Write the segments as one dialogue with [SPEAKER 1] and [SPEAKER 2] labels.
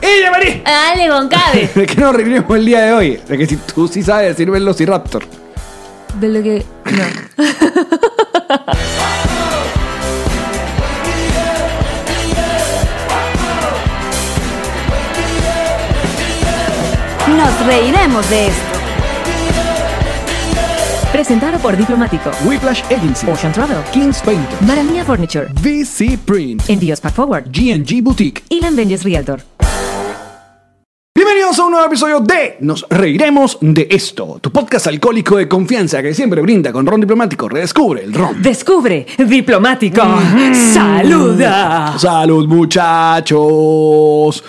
[SPEAKER 1] Marina, Marina.
[SPEAKER 2] Dale, Goncade.
[SPEAKER 3] ¿De qué nos reiremos el día de hoy? De que si tú sí sabes decir Velociraptor.
[SPEAKER 2] De lo que. No.
[SPEAKER 4] Nos reiremos de esto.
[SPEAKER 2] Presentado por Diplomático,
[SPEAKER 3] Whiplash Agency.
[SPEAKER 2] Ocean Travel,
[SPEAKER 3] Kings Painter.
[SPEAKER 2] Maravilla Furniture,
[SPEAKER 3] VC Print.
[SPEAKER 2] Envíos Pack Forward,
[SPEAKER 3] GNG Boutique.
[SPEAKER 2] y Vengeance Realtor.
[SPEAKER 3] Bienvenidos a un nuevo episodio de Nos Reiremos de Esto, tu podcast alcohólico de confianza que siempre brinda con ron diplomático. Redescubre el ron.
[SPEAKER 2] Descubre Diplomático. Mm. Saluda.
[SPEAKER 3] Salud muchachos.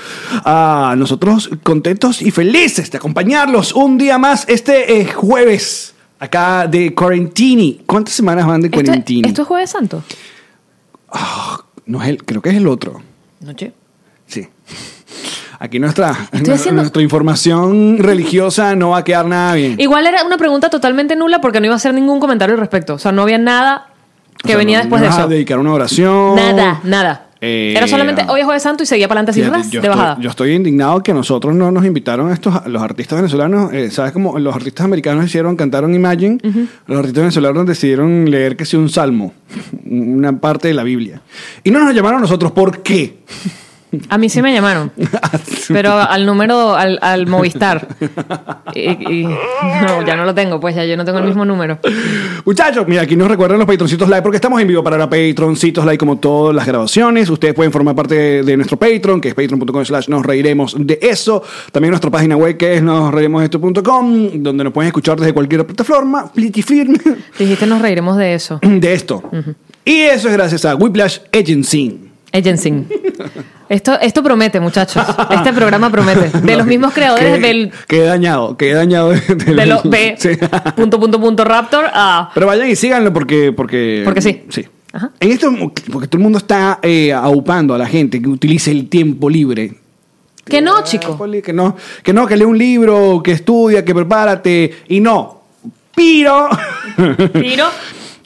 [SPEAKER 3] Ah, nosotros contentos y felices de acompañarlos un día más este eh, jueves acá de Quarantini. ¿Cuántas semanas van de Quarantini?
[SPEAKER 2] ¿Esto, ¿Esto es Jueves Santo?
[SPEAKER 3] No es el, creo que es el otro.
[SPEAKER 2] Noche.
[SPEAKER 3] Sí. Aquí nuestra,
[SPEAKER 2] Estoy haciendo-
[SPEAKER 3] nuestra información religiosa no va a quedar nada bien.
[SPEAKER 1] Igual era una pregunta totalmente nula porque no iba a hacer ningún comentario al respecto. O sea, no había nada
[SPEAKER 3] O
[SPEAKER 1] que
[SPEAKER 3] sea,
[SPEAKER 1] venía
[SPEAKER 3] no-
[SPEAKER 1] después
[SPEAKER 3] no
[SPEAKER 1] de
[SPEAKER 3] vas a
[SPEAKER 1] eso.
[SPEAKER 3] dedicar una oración.
[SPEAKER 1] Nada, nada.
[SPEAKER 3] Eh,
[SPEAKER 1] Era solamente hoy es Jueves Santo y seguía para adelante así,
[SPEAKER 3] Fíjate,
[SPEAKER 1] ras,
[SPEAKER 3] yo,
[SPEAKER 1] de bajada.
[SPEAKER 3] Estoy, yo estoy indignado que nosotros no nos invitaron a estos a los artistas venezolanos. eh, ¿Sabes cómo los artistas americanos hicieron, cantaron Imagine? Los artistas venezolanos decidieron leer que sea un salmo, una parte de la Biblia. Y no nos llamaron a nosotros. ¿Por qué?
[SPEAKER 1] A mí sí me llamaron.
[SPEAKER 3] Ah,
[SPEAKER 1] pero al número, al, al Movistar. Y- y- no, ya no lo tengo, pues ya yo no tengo el mismo número.
[SPEAKER 3] Muchachos, mira, aquí nos recuerdan los Patroncitos Live porque estamos en vivo para la Patroncitos Live como todas las grabaciones. Ustedes pueden formar parte de, de nuestro Patreon, que es patreon.com slash nos reiremos de eso. También nuestra página web que es nosreiremosesto.com, donde nos pueden escuchar desde cualquier plataforma, plitifirme,
[SPEAKER 1] Dijiste, nos reiremos de eso.
[SPEAKER 3] de esto. Y eso es gracias a Whiplash Agency.
[SPEAKER 1] Agency. Esto, esto promete, muchachos. Este programa promete. De los mismos creadores
[SPEAKER 3] Qué-
[SPEAKER 1] del
[SPEAKER 3] Qué dañado, qué dañado. de- de-
[SPEAKER 1] de lo, de
[SPEAKER 3] Sí.
[SPEAKER 1] punto punto punto Raptor a
[SPEAKER 3] Pero vayan y síganlo porque. Porque,
[SPEAKER 1] Porque sí.
[SPEAKER 3] Sí.
[SPEAKER 1] Ajá.
[SPEAKER 3] En esto, porque todo el mundo está eh, aupando a la gente que utilice el tiempo libre. Ah,
[SPEAKER 1] que no, chico.
[SPEAKER 3] Que no, que no, que lee un libro, que estudia, que prepárate. Y no. Piro.
[SPEAKER 1] Tiro.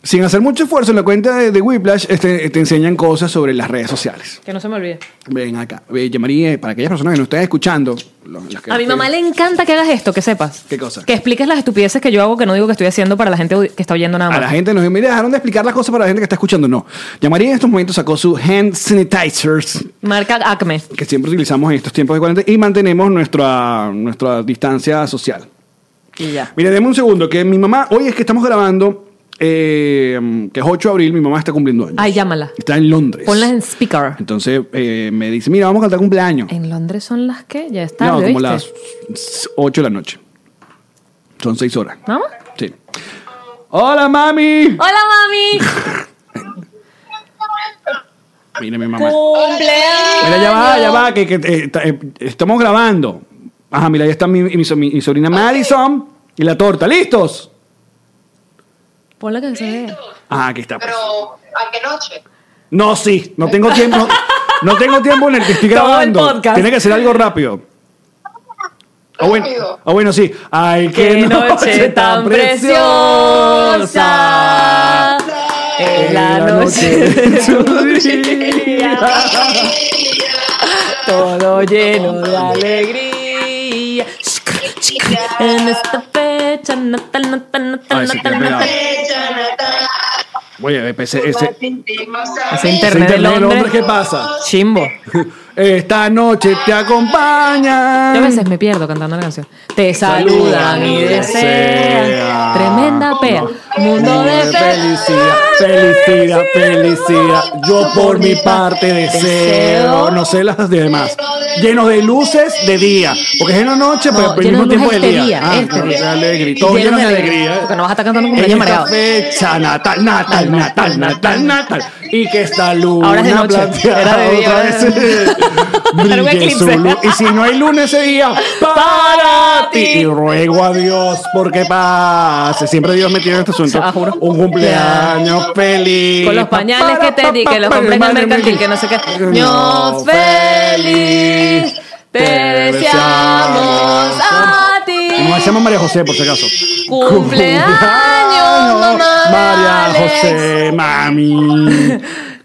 [SPEAKER 3] Sin hacer mucho esfuerzo, en la cuenta de, de Whiplash este, te enseñan cosas sobre las redes sociales.
[SPEAKER 1] Que no se me olvide.
[SPEAKER 3] Ven acá. Ve, llamaría para aquellas personas que nos estén escuchando. lo- las que-
[SPEAKER 1] A mi mamá le encanta que hagas esto, que sepas.
[SPEAKER 3] ¿Qué cosa?
[SPEAKER 1] Que expliques las estupideces que yo hago que no digo que estoy haciendo para la gente que está oyendo nada
[SPEAKER 3] A
[SPEAKER 1] más.
[SPEAKER 3] la gente nos dice, mira, dejaron de explicar las cosas para la gente que está escuchando. No. Llamaría en estos momentos sacó su hand sanitizers
[SPEAKER 1] Marca Acme.
[SPEAKER 3] que siempre utilizamos en estos tiempos de cuarentena y mantenemos nuestra, nuestra distancia social.
[SPEAKER 1] Y ya.
[SPEAKER 3] Mire, deme un segundo, que mi mamá, hoy es que estamos grabando, eh, que es 8 de abril, mi mamá está cumpliendo años.
[SPEAKER 1] Ay, llámala.
[SPEAKER 3] Está en Londres.
[SPEAKER 1] Ponlas en speaker.
[SPEAKER 3] Entonces eh, me dice, mira, vamos a cantar cumpleaños.
[SPEAKER 1] En Londres son las que ya está.
[SPEAKER 3] no, como las 8 de la noche. Son 6 horas.
[SPEAKER 1] ¿Vamos?
[SPEAKER 3] Sí. Hola, mami.
[SPEAKER 1] Hola, mami.
[SPEAKER 3] Mira, mi mamá.
[SPEAKER 1] Cumpleaños.
[SPEAKER 3] Mira, ya va, ya va, que, que, eh, ta- eh, estamos grabando. Ajá, mira, ahí está mi, mi so- mi- mi sobrina Madison y la torta. ¿Listos?
[SPEAKER 1] Ponla que se vea.
[SPEAKER 5] Listo,
[SPEAKER 3] Ah, aquí está. pues.
[SPEAKER 5] pero ¿a qué noche?
[SPEAKER 3] No, sí, no tengo tiempo. No tengo tiempo en el que estoy
[SPEAKER 1] Todo el
[SPEAKER 3] grabando.
[SPEAKER 1] podcast.
[SPEAKER 3] Tiene que ser algo rápido. O bueno, o bueno, sí. Ay, qué,
[SPEAKER 1] Qué noche tan preciosa. Es la noche de
[SPEAKER 3] tu día.
[SPEAKER 1] Todo lleno de alegría. En esta fecha natal, natal, natal,
[SPEAKER 3] Ay, sí, qué
[SPEAKER 1] natal,
[SPEAKER 3] pena.
[SPEAKER 1] natal.
[SPEAKER 3] Oye, ese, ese,
[SPEAKER 1] Ese
[SPEAKER 3] ese
[SPEAKER 1] internet, de
[SPEAKER 3] internet,
[SPEAKER 1] Londres.
[SPEAKER 3] hombre, ¿qué pasa?
[SPEAKER 1] Chimbo.
[SPEAKER 3] Esta noche te
[SPEAKER 1] Yo a
[SPEAKER 3] acompaña.
[SPEAKER 1] veces me pierdo cantando la canción. Te saludan y desean. Tremenda pea. Mundo de felicidad.
[SPEAKER 3] felicidad, felicidad, felicidad. Yo por mi parte
[SPEAKER 1] Deseo.
[SPEAKER 3] deseo, no sé las demás, lleno de luces de día, porque es en la noche, pero al
[SPEAKER 1] lleno
[SPEAKER 3] mismo
[SPEAKER 1] de
[SPEAKER 3] tiempo
[SPEAKER 1] luz
[SPEAKER 3] de
[SPEAKER 1] este
[SPEAKER 3] día.
[SPEAKER 1] día,
[SPEAKER 3] Ah,
[SPEAKER 1] este
[SPEAKER 3] no,
[SPEAKER 1] día.
[SPEAKER 3] de alegría. Todo lleno de alegría. ¿eh?
[SPEAKER 1] Porque no vas a estar cantando un
[SPEAKER 3] En
[SPEAKER 1] cumpleaños
[SPEAKER 3] esta
[SPEAKER 1] mareado.
[SPEAKER 3] fecha natal, natal, natal, natal, natal. Y que esta luna
[SPEAKER 1] Ahora es de noche.
[SPEAKER 3] plateada
[SPEAKER 1] Era de día,
[SPEAKER 3] otra vez
[SPEAKER 1] era de- Era un
[SPEAKER 3] brille su
[SPEAKER 1] eclipse.
[SPEAKER 3] luz. Y si no hay luna ese día, para ti. Y ruego a Dios porque pase. Siempre Dios me tiene en este asunto.
[SPEAKER 1] Ah, juro.
[SPEAKER 3] Un cumpleaños feliz.
[SPEAKER 1] Con los pañales que te di, que los compré en el mercantil, que no sé qué.
[SPEAKER 3] Dios
[SPEAKER 1] Dios feliz, te deseamos a ti.
[SPEAKER 3] Nos hacemos María José, por si acaso.
[SPEAKER 1] Cumpleaños, mamá
[SPEAKER 3] María
[SPEAKER 1] Alex.
[SPEAKER 3] José, mami.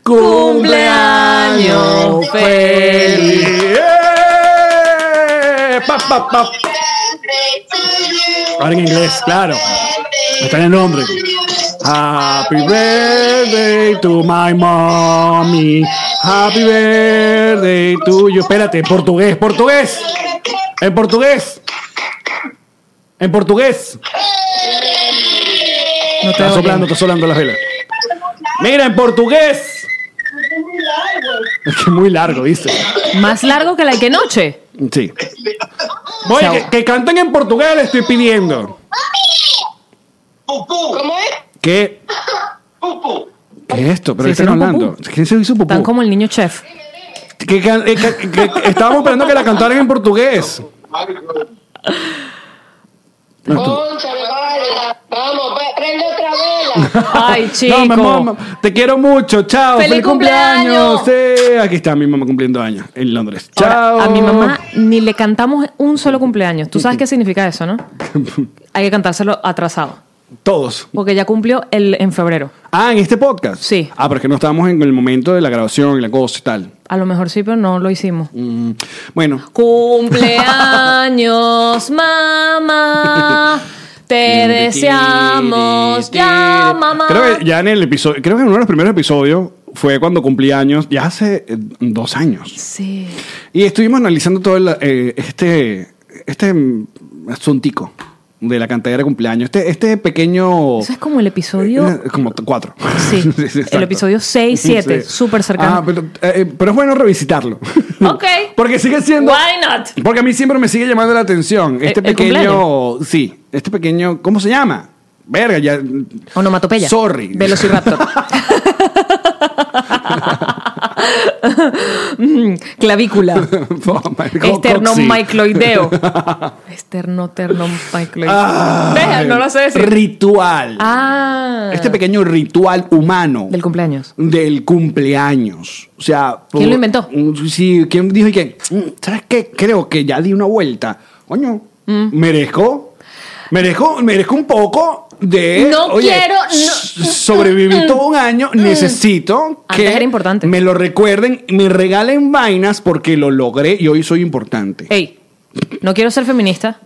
[SPEAKER 1] Cumpleaños feliz.
[SPEAKER 3] ¡Eh! pa, pa. Ahora en inglés, claro. Está en el nombre. Happy birthday to my mommy. Happy birthday to you. Espérate, portugués, portugués. En portugués. En portugués.
[SPEAKER 1] No te
[SPEAKER 3] Está
[SPEAKER 1] oyen.
[SPEAKER 3] soplando, está soplando las velas. Mira, en portugués. Es que es muy largo, dice.
[SPEAKER 1] Más largo que la que noche.
[SPEAKER 3] Sí. Oye, que, que canten en portugués le estoy pidiendo.
[SPEAKER 4] ¿Cómo es?
[SPEAKER 3] ¿Qué? ¿Qué es esto? ¿Pero qué están
[SPEAKER 1] Se hicieron
[SPEAKER 3] hablando? ¿Quién se hizo
[SPEAKER 1] Están
[SPEAKER 3] pupú?
[SPEAKER 1] como el niño chef.
[SPEAKER 3] Que can- eh, ca- que- que estábamos esperando que la cantaran en portugués. No, tú-
[SPEAKER 4] Cónchale, vale. Vamos, ve, prende otra vela.
[SPEAKER 1] Ay, chico.
[SPEAKER 3] No, mamá, mamá, te quiero mucho. Chao.
[SPEAKER 1] ¡Feliz cumpleaños!
[SPEAKER 3] Sí, aquí está mi mamá cumpliendo años en Londres.
[SPEAKER 1] Ahora,
[SPEAKER 3] Chao.
[SPEAKER 1] a mi mamá ni le cantamos un solo cumpleaños. Tú sabes qué significa eso, ¿no? Hay que cantárselo atrasado.
[SPEAKER 3] Todos.
[SPEAKER 1] Porque ya cumplió el, en febrero.
[SPEAKER 3] Ah, en este podcast.
[SPEAKER 1] Sí.
[SPEAKER 3] Ah, pero es que no estábamos en el momento de la grabación y la cosa y tal.
[SPEAKER 1] A lo mejor sí, pero no lo hicimos.
[SPEAKER 3] Mm, Bueno,
[SPEAKER 1] Cumpleaños, mamá. Te deseamos ya, mamá.
[SPEAKER 3] creo que ya en el episodio, creo que en uno de los primeros episodios fue cuando cumplí años, ya hace eh, dos años.
[SPEAKER 1] Sí.
[SPEAKER 3] Y estuvimos analizando todo el, eh, este, este mm, asuntico de la cantidad de cumpleaños. Este, este pequeño...
[SPEAKER 1] Eso es como el episodio.
[SPEAKER 3] Eh, como t- cuatro.
[SPEAKER 1] Sí, el
[SPEAKER 3] exacto.
[SPEAKER 1] episodio seis, siete, súper cercano.
[SPEAKER 3] Ah, pero, eh, eh, pero es bueno revisitarlo.
[SPEAKER 1] Ok.
[SPEAKER 3] Porque sigue siendo...
[SPEAKER 1] Why not?
[SPEAKER 3] Porque a mí siempre me sigue llamando la atención. Este
[SPEAKER 1] Eh, el
[SPEAKER 3] pequeño... Sí, este pequeño... ¿Cómo se llama? Verga, ya... Oh,
[SPEAKER 1] Onomatopeya.
[SPEAKER 3] Sorry.
[SPEAKER 1] Velociraptor. Mm, Clavícula.
[SPEAKER 3] Oh, my God,
[SPEAKER 1] Este
[SPEAKER 3] coxi.
[SPEAKER 1] Esternomicloideo.
[SPEAKER 3] Ah.
[SPEAKER 1] Esternoternomicloideo. Deja, no lo sé decir.
[SPEAKER 3] Ritual.
[SPEAKER 1] Ah.
[SPEAKER 3] Este pequeño ritual humano.
[SPEAKER 1] Del cumpleaños.
[SPEAKER 3] Del cumpleaños. O sea. Mm,
[SPEAKER 1] ¿Quién lo inventó?
[SPEAKER 3] Sí, ¿quién dijo y que "Mm, ¿Sabes qué? Creo que ya di una vuelta. Coño,
[SPEAKER 1] Mm.
[SPEAKER 3] merezco. Merezco, merezco un poco de.
[SPEAKER 1] No quiero, no. Mm,
[SPEAKER 3] s- Sobreviví todo un año. Necesito
[SPEAKER 1] Antes
[SPEAKER 3] que
[SPEAKER 1] era importante.
[SPEAKER 3] me lo recuerden, me regalen vainas porque lo logré y hoy soy importante.
[SPEAKER 1] Ey, no quiero ser feminista.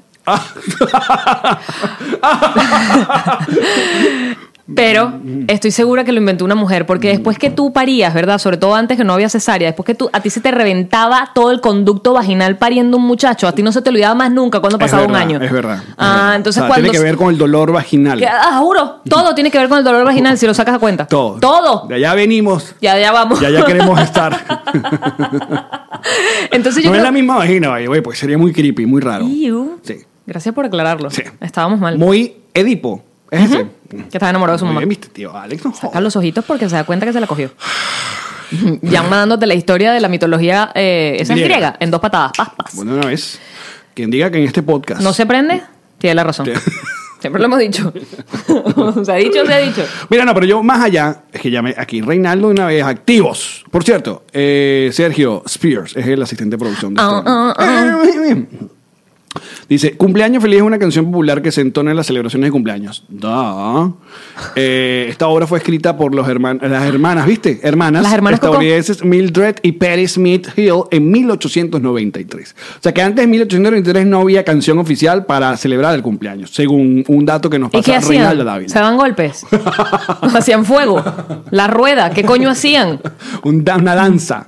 [SPEAKER 1] Pero estoy segura que lo inventó una mujer, porque
[SPEAKER 3] Mm.
[SPEAKER 1] después que tú parías, ¿verdad? Sobre todo antes que no había cesárea, después que tú, a ti se te reventaba todo el conducto vaginal pariendo un muchacho, a ti no se te olvidaba más nunca cuando
[SPEAKER 3] Es
[SPEAKER 1] pasaba
[SPEAKER 3] verdad,
[SPEAKER 1] un año.
[SPEAKER 3] Es verdad. es
[SPEAKER 1] Ah,
[SPEAKER 3] verdad.
[SPEAKER 1] entonces
[SPEAKER 3] O sea,
[SPEAKER 1] cuando...
[SPEAKER 3] Tiene que ver con el dolor vaginal.
[SPEAKER 1] que- ah, juro, todo tiene que ver con el dolor vaginal si lo sacas a cuenta.
[SPEAKER 3] Todo.
[SPEAKER 1] Todo.
[SPEAKER 3] De allá venimos.
[SPEAKER 1] Ya, ya vamos.
[SPEAKER 3] De allá queremos estar.
[SPEAKER 1] Entonces yo
[SPEAKER 3] no es la
[SPEAKER 1] creo-
[SPEAKER 3] misma vagina, vaya, güey, pues sería muy creepy, muy raro.
[SPEAKER 1] Iu.
[SPEAKER 3] Sí.
[SPEAKER 1] Gracias por aclararlo.
[SPEAKER 3] Sí.
[SPEAKER 1] Estábamos mal.
[SPEAKER 3] Muy Edipo. Es ese.
[SPEAKER 1] Que estaba enamorado de su
[SPEAKER 3] Muy
[SPEAKER 1] mamá.
[SPEAKER 3] bien, viste, tío Alex, no
[SPEAKER 1] Saca
[SPEAKER 3] jodas.
[SPEAKER 1] los ojitos porque se da cuenta que se la cogió. ya dándote la historia de la mitología, eh, esa es
[SPEAKER 3] Griega.
[SPEAKER 1] griega, en dos patadas. Pas, pas.
[SPEAKER 3] Bueno, una vez, quien diga que en este podcast.
[SPEAKER 1] ¿No se prende? Tiene la razón. Siempre lo hemos dicho. se ha dicho, se ha dicho.
[SPEAKER 3] Mira, no, pero yo más allá, es que llamé aquí Reinaldo una vez, activos. Por cierto, eh, Sergio Spears es el asistente de producción de
[SPEAKER 1] Ah,
[SPEAKER 3] este
[SPEAKER 1] ah,
[SPEAKER 3] programa. Dice, cumpleaños feliz es una canción popular que se entona en las celebraciones de cumpleaños. Da. Eh, esta obra fue escrita por los herman- las hermanas, ¿viste? Hermanas,
[SPEAKER 1] Las hermanas Cocó.
[SPEAKER 3] estadounidenses Mildred y Perry Smith Hill en 1893. O sea que antes de 1893 no había canción oficial para celebrar el cumpleaños, según un dato que nos
[SPEAKER 1] ¿Y qué
[SPEAKER 3] pasa
[SPEAKER 1] hacían?
[SPEAKER 3] Reinaldo Dávila.
[SPEAKER 1] ¿Se daban golpes? ¿Hacían fuego? ¿La rueda? ¿Qué coño hacían?
[SPEAKER 3] Un da- una danza.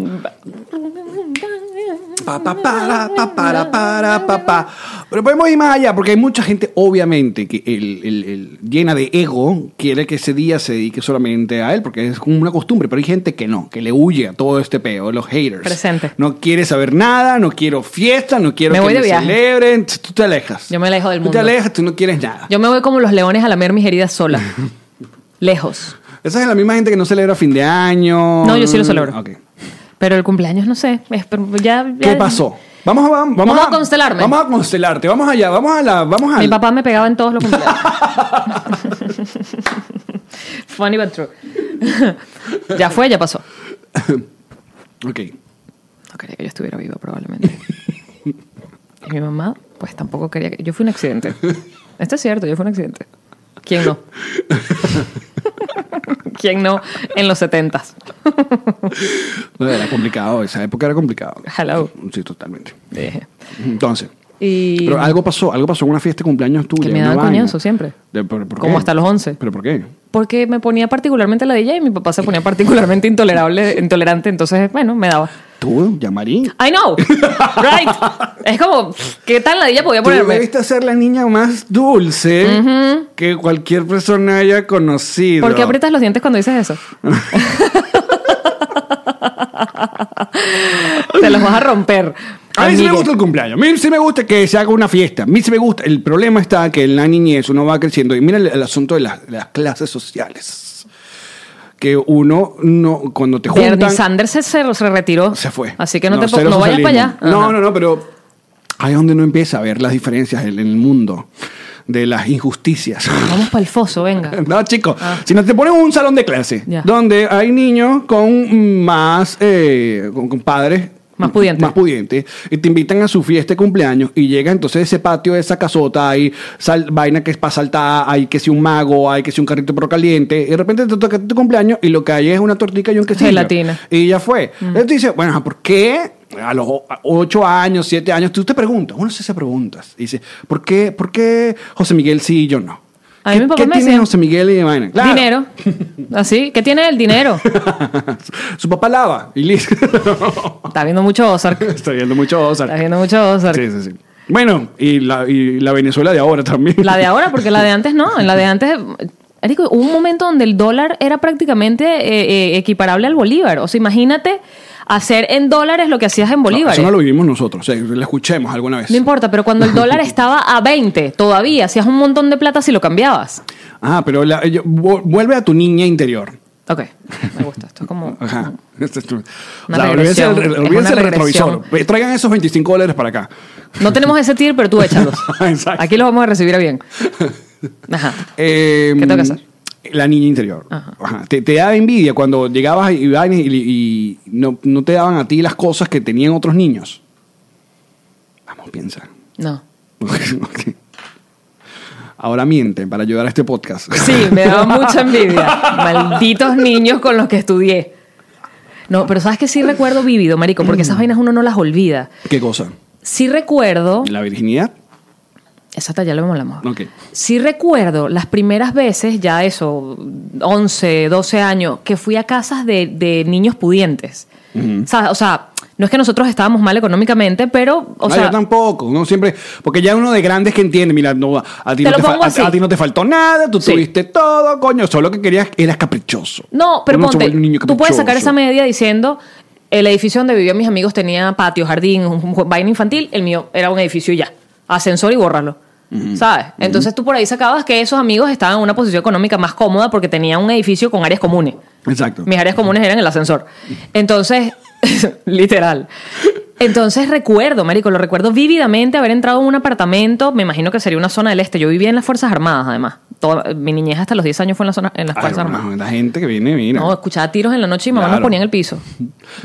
[SPEAKER 3] Pa, pa, para, pa, para, para, pa, pa. Pero podemos ir más allá, porque hay mucha gente, obviamente, que el- el- el- llena de ego, quiere que ese día se dedique solamente a él, porque es como una costumbre, pero hay gente que no, que le huye a todo este peo, los haters.
[SPEAKER 1] Presente.
[SPEAKER 3] No quiere saber nada, no quiero fiesta, no quiero
[SPEAKER 1] Me
[SPEAKER 3] que
[SPEAKER 1] voy de
[SPEAKER 3] me
[SPEAKER 1] viaje.
[SPEAKER 3] celebren. Tú te alejas.
[SPEAKER 1] Yo me alejo del
[SPEAKER 3] Tú te
[SPEAKER 1] mundo.
[SPEAKER 3] alejas, tú no quieres nada.
[SPEAKER 1] Yo me voy como los leones a lamer mis heridas sola. Lejos.
[SPEAKER 3] Esa es la misma gente que no celebra fin de año.
[SPEAKER 1] No, yo sí lo celebro.
[SPEAKER 3] Ok.
[SPEAKER 1] Pero el cumpleaños, no sé. es- pero ya-
[SPEAKER 3] ¿Qué
[SPEAKER 1] ya-
[SPEAKER 3] pasó? Vamos a, vamos,
[SPEAKER 1] Vamos a constelarme.
[SPEAKER 3] Vamos a constelarte. Vamos allá. Vamos a la. Vamos a.
[SPEAKER 1] Mi papá me pegaba en todos los cumpleaños. Funny but true. ya fue, ya pasó.
[SPEAKER 3] Ok.
[SPEAKER 1] No quería que yo estuviera viva probablemente. y mi mamá, pues tampoco quería que... Yo fui un accidente. Esto es cierto, yo fui un accidente. ¿Quién no? ¿Quién no en los setentas?
[SPEAKER 3] Era complicado. Esa época era complicado.
[SPEAKER 1] Hello.
[SPEAKER 3] Sí, totalmente.
[SPEAKER 1] Dije.
[SPEAKER 3] Entonces.
[SPEAKER 2] Y
[SPEAKER 3] Pero ah- algo pasó, algo pasó en una fiesta de cumpleaños tuya.
[SPEAKER 1] Que me
[SPEAKER 3] una
[SPEAKER 1] daban
[SPEAKER 3] vaina.
[SPEAKER 1] coñazo siempre.
[SPEAKER 3] De- ¿por- por
[SPEAKER 1] Como
[SPEAKER 3] qué?
[SPEAKER 1] hasta los 11.
[SPEAKER 3] ¿Pero por qué?
[SPEAKER 1] Porque me ponía particularmente la DJ y mi papá se ponía particularmente intolerable, intolerante, entonces, bueno, me daba.
[SPEAKER 3] Tú, Yamarín.
[SPEAKER 1] I know, right. Es como, ¿qué tal la DJ podía
[SPEAKER 3] Tú
[SPEAKER 1] ponerme?
[SPEAKER 3] debiste ser la niña más dulce que cualquier persona haya conocido.
[SPEAKER 1] ¿Por qué aprietas los dientes cuando dices eso? Te los vas a romper.
[SPEAKER 3] A mí sí me
[SPEAKER 1] amigo.
[SPEAKER 3] gusta el cumpleaños. A mí sí me gusta que se haga una fiesta. A mí sí me gusta. El problema está que en la niñez uno va creciendo. Y mira el, el asunto de las, las clases sociales. Que uno, no, cuando te juntan...
[SPEAKER 1] Bernie Sanders se, se- se retiró.
[SPEAKER 3] Se fue.
[SPEAKER 1] Así que no, te po-
[SPEAKER 3] cero
[SPEAKER 1] no vayas para allá.
[SPEAKER 3] socialismo. No,
[SPEAKER 1] Ajá.
[SPEAKER 3] no, no, pero ahí es donde uno empieza a ver las diferencias en, en el mundo de las injusticias.
[SPEAKER 1] Vamos para el foso, venga. Ah.
[SPEAKER 3] No, chicos, si no te ponen un salón de clase
[SPEAKER 1] Ya.
[SPEAKER 3] donde hay niños con más, eh, con, con padres
[SPEAKER 1] Más pudientes.
[SPEAKER 3] más pudientes, y te invitan a su fiesta de cumpleaños y llega entonces ese patio, esa casota, hay sal- vaina que es para saltar, hay que si un mago, hay que si un carrito pero caliente, y de repente te toca tu cumpleaños y lo que hay es una tortica y un quesillo.
[SPEAKER 1] Gelatina. Mm.
[SPEAKER 3] Y ya fue. Entonces tú dices, bueno, ajá, ¿por qué? A los 8 años, 7 años, tú te preguntas, uno se hace preguntas. Y dice, ¿por qué, ¿por qué José Miguel sí y yo no?
[SPEAKER 1] A mí
[SPEAKER 3] ¿Qué-
[SPEAKER 1] mi papá
[SPEAKER 3] ¿Qué
[SPEAKER 1] me
[SPEAKER 3] tiene
[SPEAKER 1] decía-
[SPEAKER 3] José Miguel y vaina? Claro.
[SPEAKER 1] Dinero. Así. ¿Qué tiene el dinero?
[SPEAKER 3] Su papá lava y listo.
[SPEAKER 1] Está viendo mucho Ozark.
[SPEAKER 3] Está viendo mucho Ozark.
[SPEAKER 1] Está viendo mucho Ozark.
[SPEAKER 3] Sí, sí, sí. Bueno, y la, y la Venezuela de ahora también.
[SPEAKER 1] La de ahora, porque la de antes no. En la de antes. marico, hubo un momento donde el dólar era prácticamente eh, eh, equiparable al bolívar. O sea, imagínate hacer en dólares lo que hacías en
[SPEAKER 3] No,
[SPEAKER 1] bolívares.
[SPEAKER 3] Eso no lo vivimos nosotros. O sea, lo escuchemos alguna vez.
[SPEAKER 1] No importa, pero cuando el dólar estaba a 20, todavía hacías un montón de plata si lo cambiabas.
[SPEAKER 3] Ajá, Ah, pero la- yo- vu- vuelve a tu niña interior.
[SPEAKER 1] Ok, me gusta. Esto es como.
[SPEAKER 3] Ajá. Este es tu- o
[SPEAKER 1] Una
[SPEAKER 3] sea, olvídense
[SPEAKER 1] regresión.
[SPEAKER 3] el,
[SPEAKER 1] Es una
[SPEAKER 3] olvídense el
[SPEAKER 1] regresión.
[SPEAKER 3] retrovisor. Ve, Traigan esos 25 dólares para acá.
[SPEAKER 1] No tenemos ese tir, pero tú échalos.
[SPEAKER 3] Exacto.
[SPEAKER 1] Aquí los vamos a recibir a bien. Ajá.
[SPEAKER 3] Eh,
[SPEAKER 1] ¿Qué tengo que hacer?
[SPEAKER 3] La niña interior.
[SPEAKER 1] Ajá.
[SPEAKER 3] Ajá. Te, te da envidia cuando llegabas y, vainas y, y no, no te daban a ti las cosas que tenían otros niños. Vamos, piensa.
[SPEAKER 1] No.
[SPEAKER 3] Ok. Ahora mienten para ayudar a este podcast.
[SPEAKER 1] Sí, me daba mucha envidia. Malditos niños con los que estudié. No, pero sabes que sí recuerdo vívido, marico, porque esas vainas uno no las olvida.
[SPEAKER 3] ¿Qué cosa?
[SPEAKER 1] Sí recuerdo.
[SPEAKER 3] ¿La virginidad?
[SPEAKER 1] Exacto, ya lo hablamos.
[SPEAKER 3] Ok.
[SPEAKER 1] Sí recuerdo las primeras veces, ya eso, 11, 12 años, que fui a casas de, de niños pudientes. o, sea, o sea, no es que nosotros estábamos mal económicamente, pero, o
[SPEAKER 3] no,
[SPEAKER 1] sea,
[SPEAKER 3] yo tampoco. Uno siempre, porque ya uno de grandes que entiende, mira, no, a, ti no
[SPEAKER 1] Te lo
[SPEAKER 3] te fa-
[SPEAKER 1] pongo
[SPEAKER 3] a-
[SPEAKER 1] así.
[SPEAKER 3] a ti no te faltó nada, tú
[SPEAKER 1] Sí.
[SPEAKER 3] tuviste todo, coño. Solo que querías, eras caprichoso.
[SPEAKER 1] No, pero
[SPEAKER 3] Uno se
[SPEAKER 1] ponte,
[SPEAKER 3] vuelve un niño
[SPEAKER 1] tú puedes sacar
[SPEAKER 3] caprichoso.
[SPEAKER 1] esa media diciendo, el edificio donde vivían mis amigos tenía patio, jardín, un- un- vaina infantil, el mío era un edificio y ya, ascensor y bórralo. ¿Sabes? Entonces tú por ahí sacabas que esos amigos estaban en una posición económica más cómoda porque tenían un edificio con áreas comunes.
[SPEAKER 3] Exacto.
[SPEAKER 1] Mis áreas comunes eran el ascensor. Entonces, literal. Entonces recuerdo, Marico, lo recuerdo vívidamente haber entrado en un apartamento, me imagino que sería una zona del este. Yo vivía en las Fuerzas Armadas, además. Toda- mi niñez hasta los 10 años fue en, la zona, en las
[SPEAKER 3] Ay,
[SPEAKER 1] Fuerzas
[SPEAKER 3] hermano,
[SPEAKER 1] Armadas.
[SPEAKER 3] la gente que viene, mira.
[SPEAKER 1] No, escuchaba tiros en la noche y mamá
[SPEAKER 3] Claro.
[SPEAKER 1] me ponía en el piso.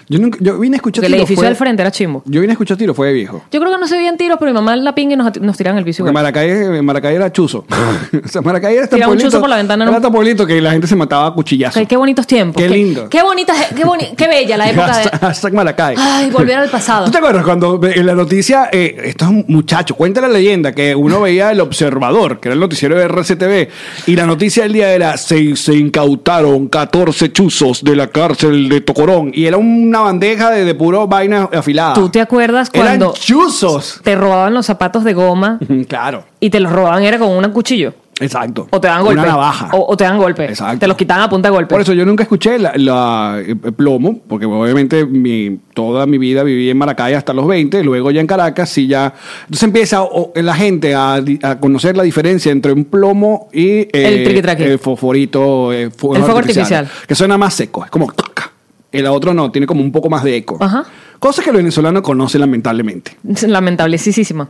[SPEAKER 3] Yo, nunca, yo vine a escuchar
[SPEAKER 1] Porque el
[SPEAKER 3] tiro,
[SPEAKER 1] edificio
[SPEAKER 3] fue-
[SPEAKER 1] del frente era chimbo.
[SPEAKER 3] Yo vine a escuchar tiro, fue de viejo.
[SPEAKER 1] Yo creo que no se veían tiros, pero mi mamá la pinga y nos, at- nos tiraban en el piso
[SPEAKER 3] Porque
[SPEAKER 1] igual.
[SPEAKER 3] Maracay, Maracay era chuzo. o sea, Maracay era tan
[SPEAKER 1] Tiraba un
[SPEAKER 3] pueblito-
[SPEAKER 1] chuzo por la ventana, ¿no?
[SPEAKER 3] Era tan pueblito que la gente se mataba a cuchillazo.
[SPEAKER 1] Ay, qué bonitos tiempos.
[SPEAKER 3] Qué lindo.
[SPEAKER 1] Qué, bonita, qué, boni- qué bella la época de...
[SPEAKER 3] Hashtag- hashtag Maracay.
[SPEAKER 1] Ay, volver al pasado.
[SPEAKER 3] ¿Tú te acuerdas cuando en la noticia, eh, esto es un muchacho, cuenta la leyenda que uno veía El Observador, que era el noticiero de RCTV, y la noticia del día era, se, se incautaron 14 chuzos de la cárcel de Tocorón, y era una bandeja de, de puro vaina afilada.
[SPEAKER 1] ¿Tú te acuerdas cuando
[SPEAKER 3] Eran chuzos.
[SPEAKER 1] te robaban los zapatos de goma
[SPEAKER 3] Claro,
[SPEAKER 1] y te los robaban era con un cuchillo?
[SPEAKER 3] exacto.
[SPEAKER 1] O te dan golpe.
[SPEAKER 3] Una navaja.
[SPEAKER 1] O, o te dan golpe.
[SPEAKER 3] Exacto.
[SPEAKER 1] Te los quitaban a punta de golpe.
[SPEAKER 3] Por eso yo nunca escuché la, la- eh, plomo, porque obviamente mi, toda mi vida viví en Maracay hasta los 20, luego ya en Caracas y ya... Entonces empieza o- la gente a, di- a conocer la diferencia entre un plomo y eh,
[SPEAKER 1] El triqui-traqui.
[SPEAKER 3] el fosforito, eh, fuego
[SPEAKER 1] El fuego artificial.
[SPEAKER 3] Que suena más seco, es como... taca. El otro no, tiene como un poco más de eco.
[SPEAKER 1] Ajá.
[SPEAKER 3] Cosas que los venezolanos conocen lamentablemente.
[SPEAKER 1] Lamentablesísima.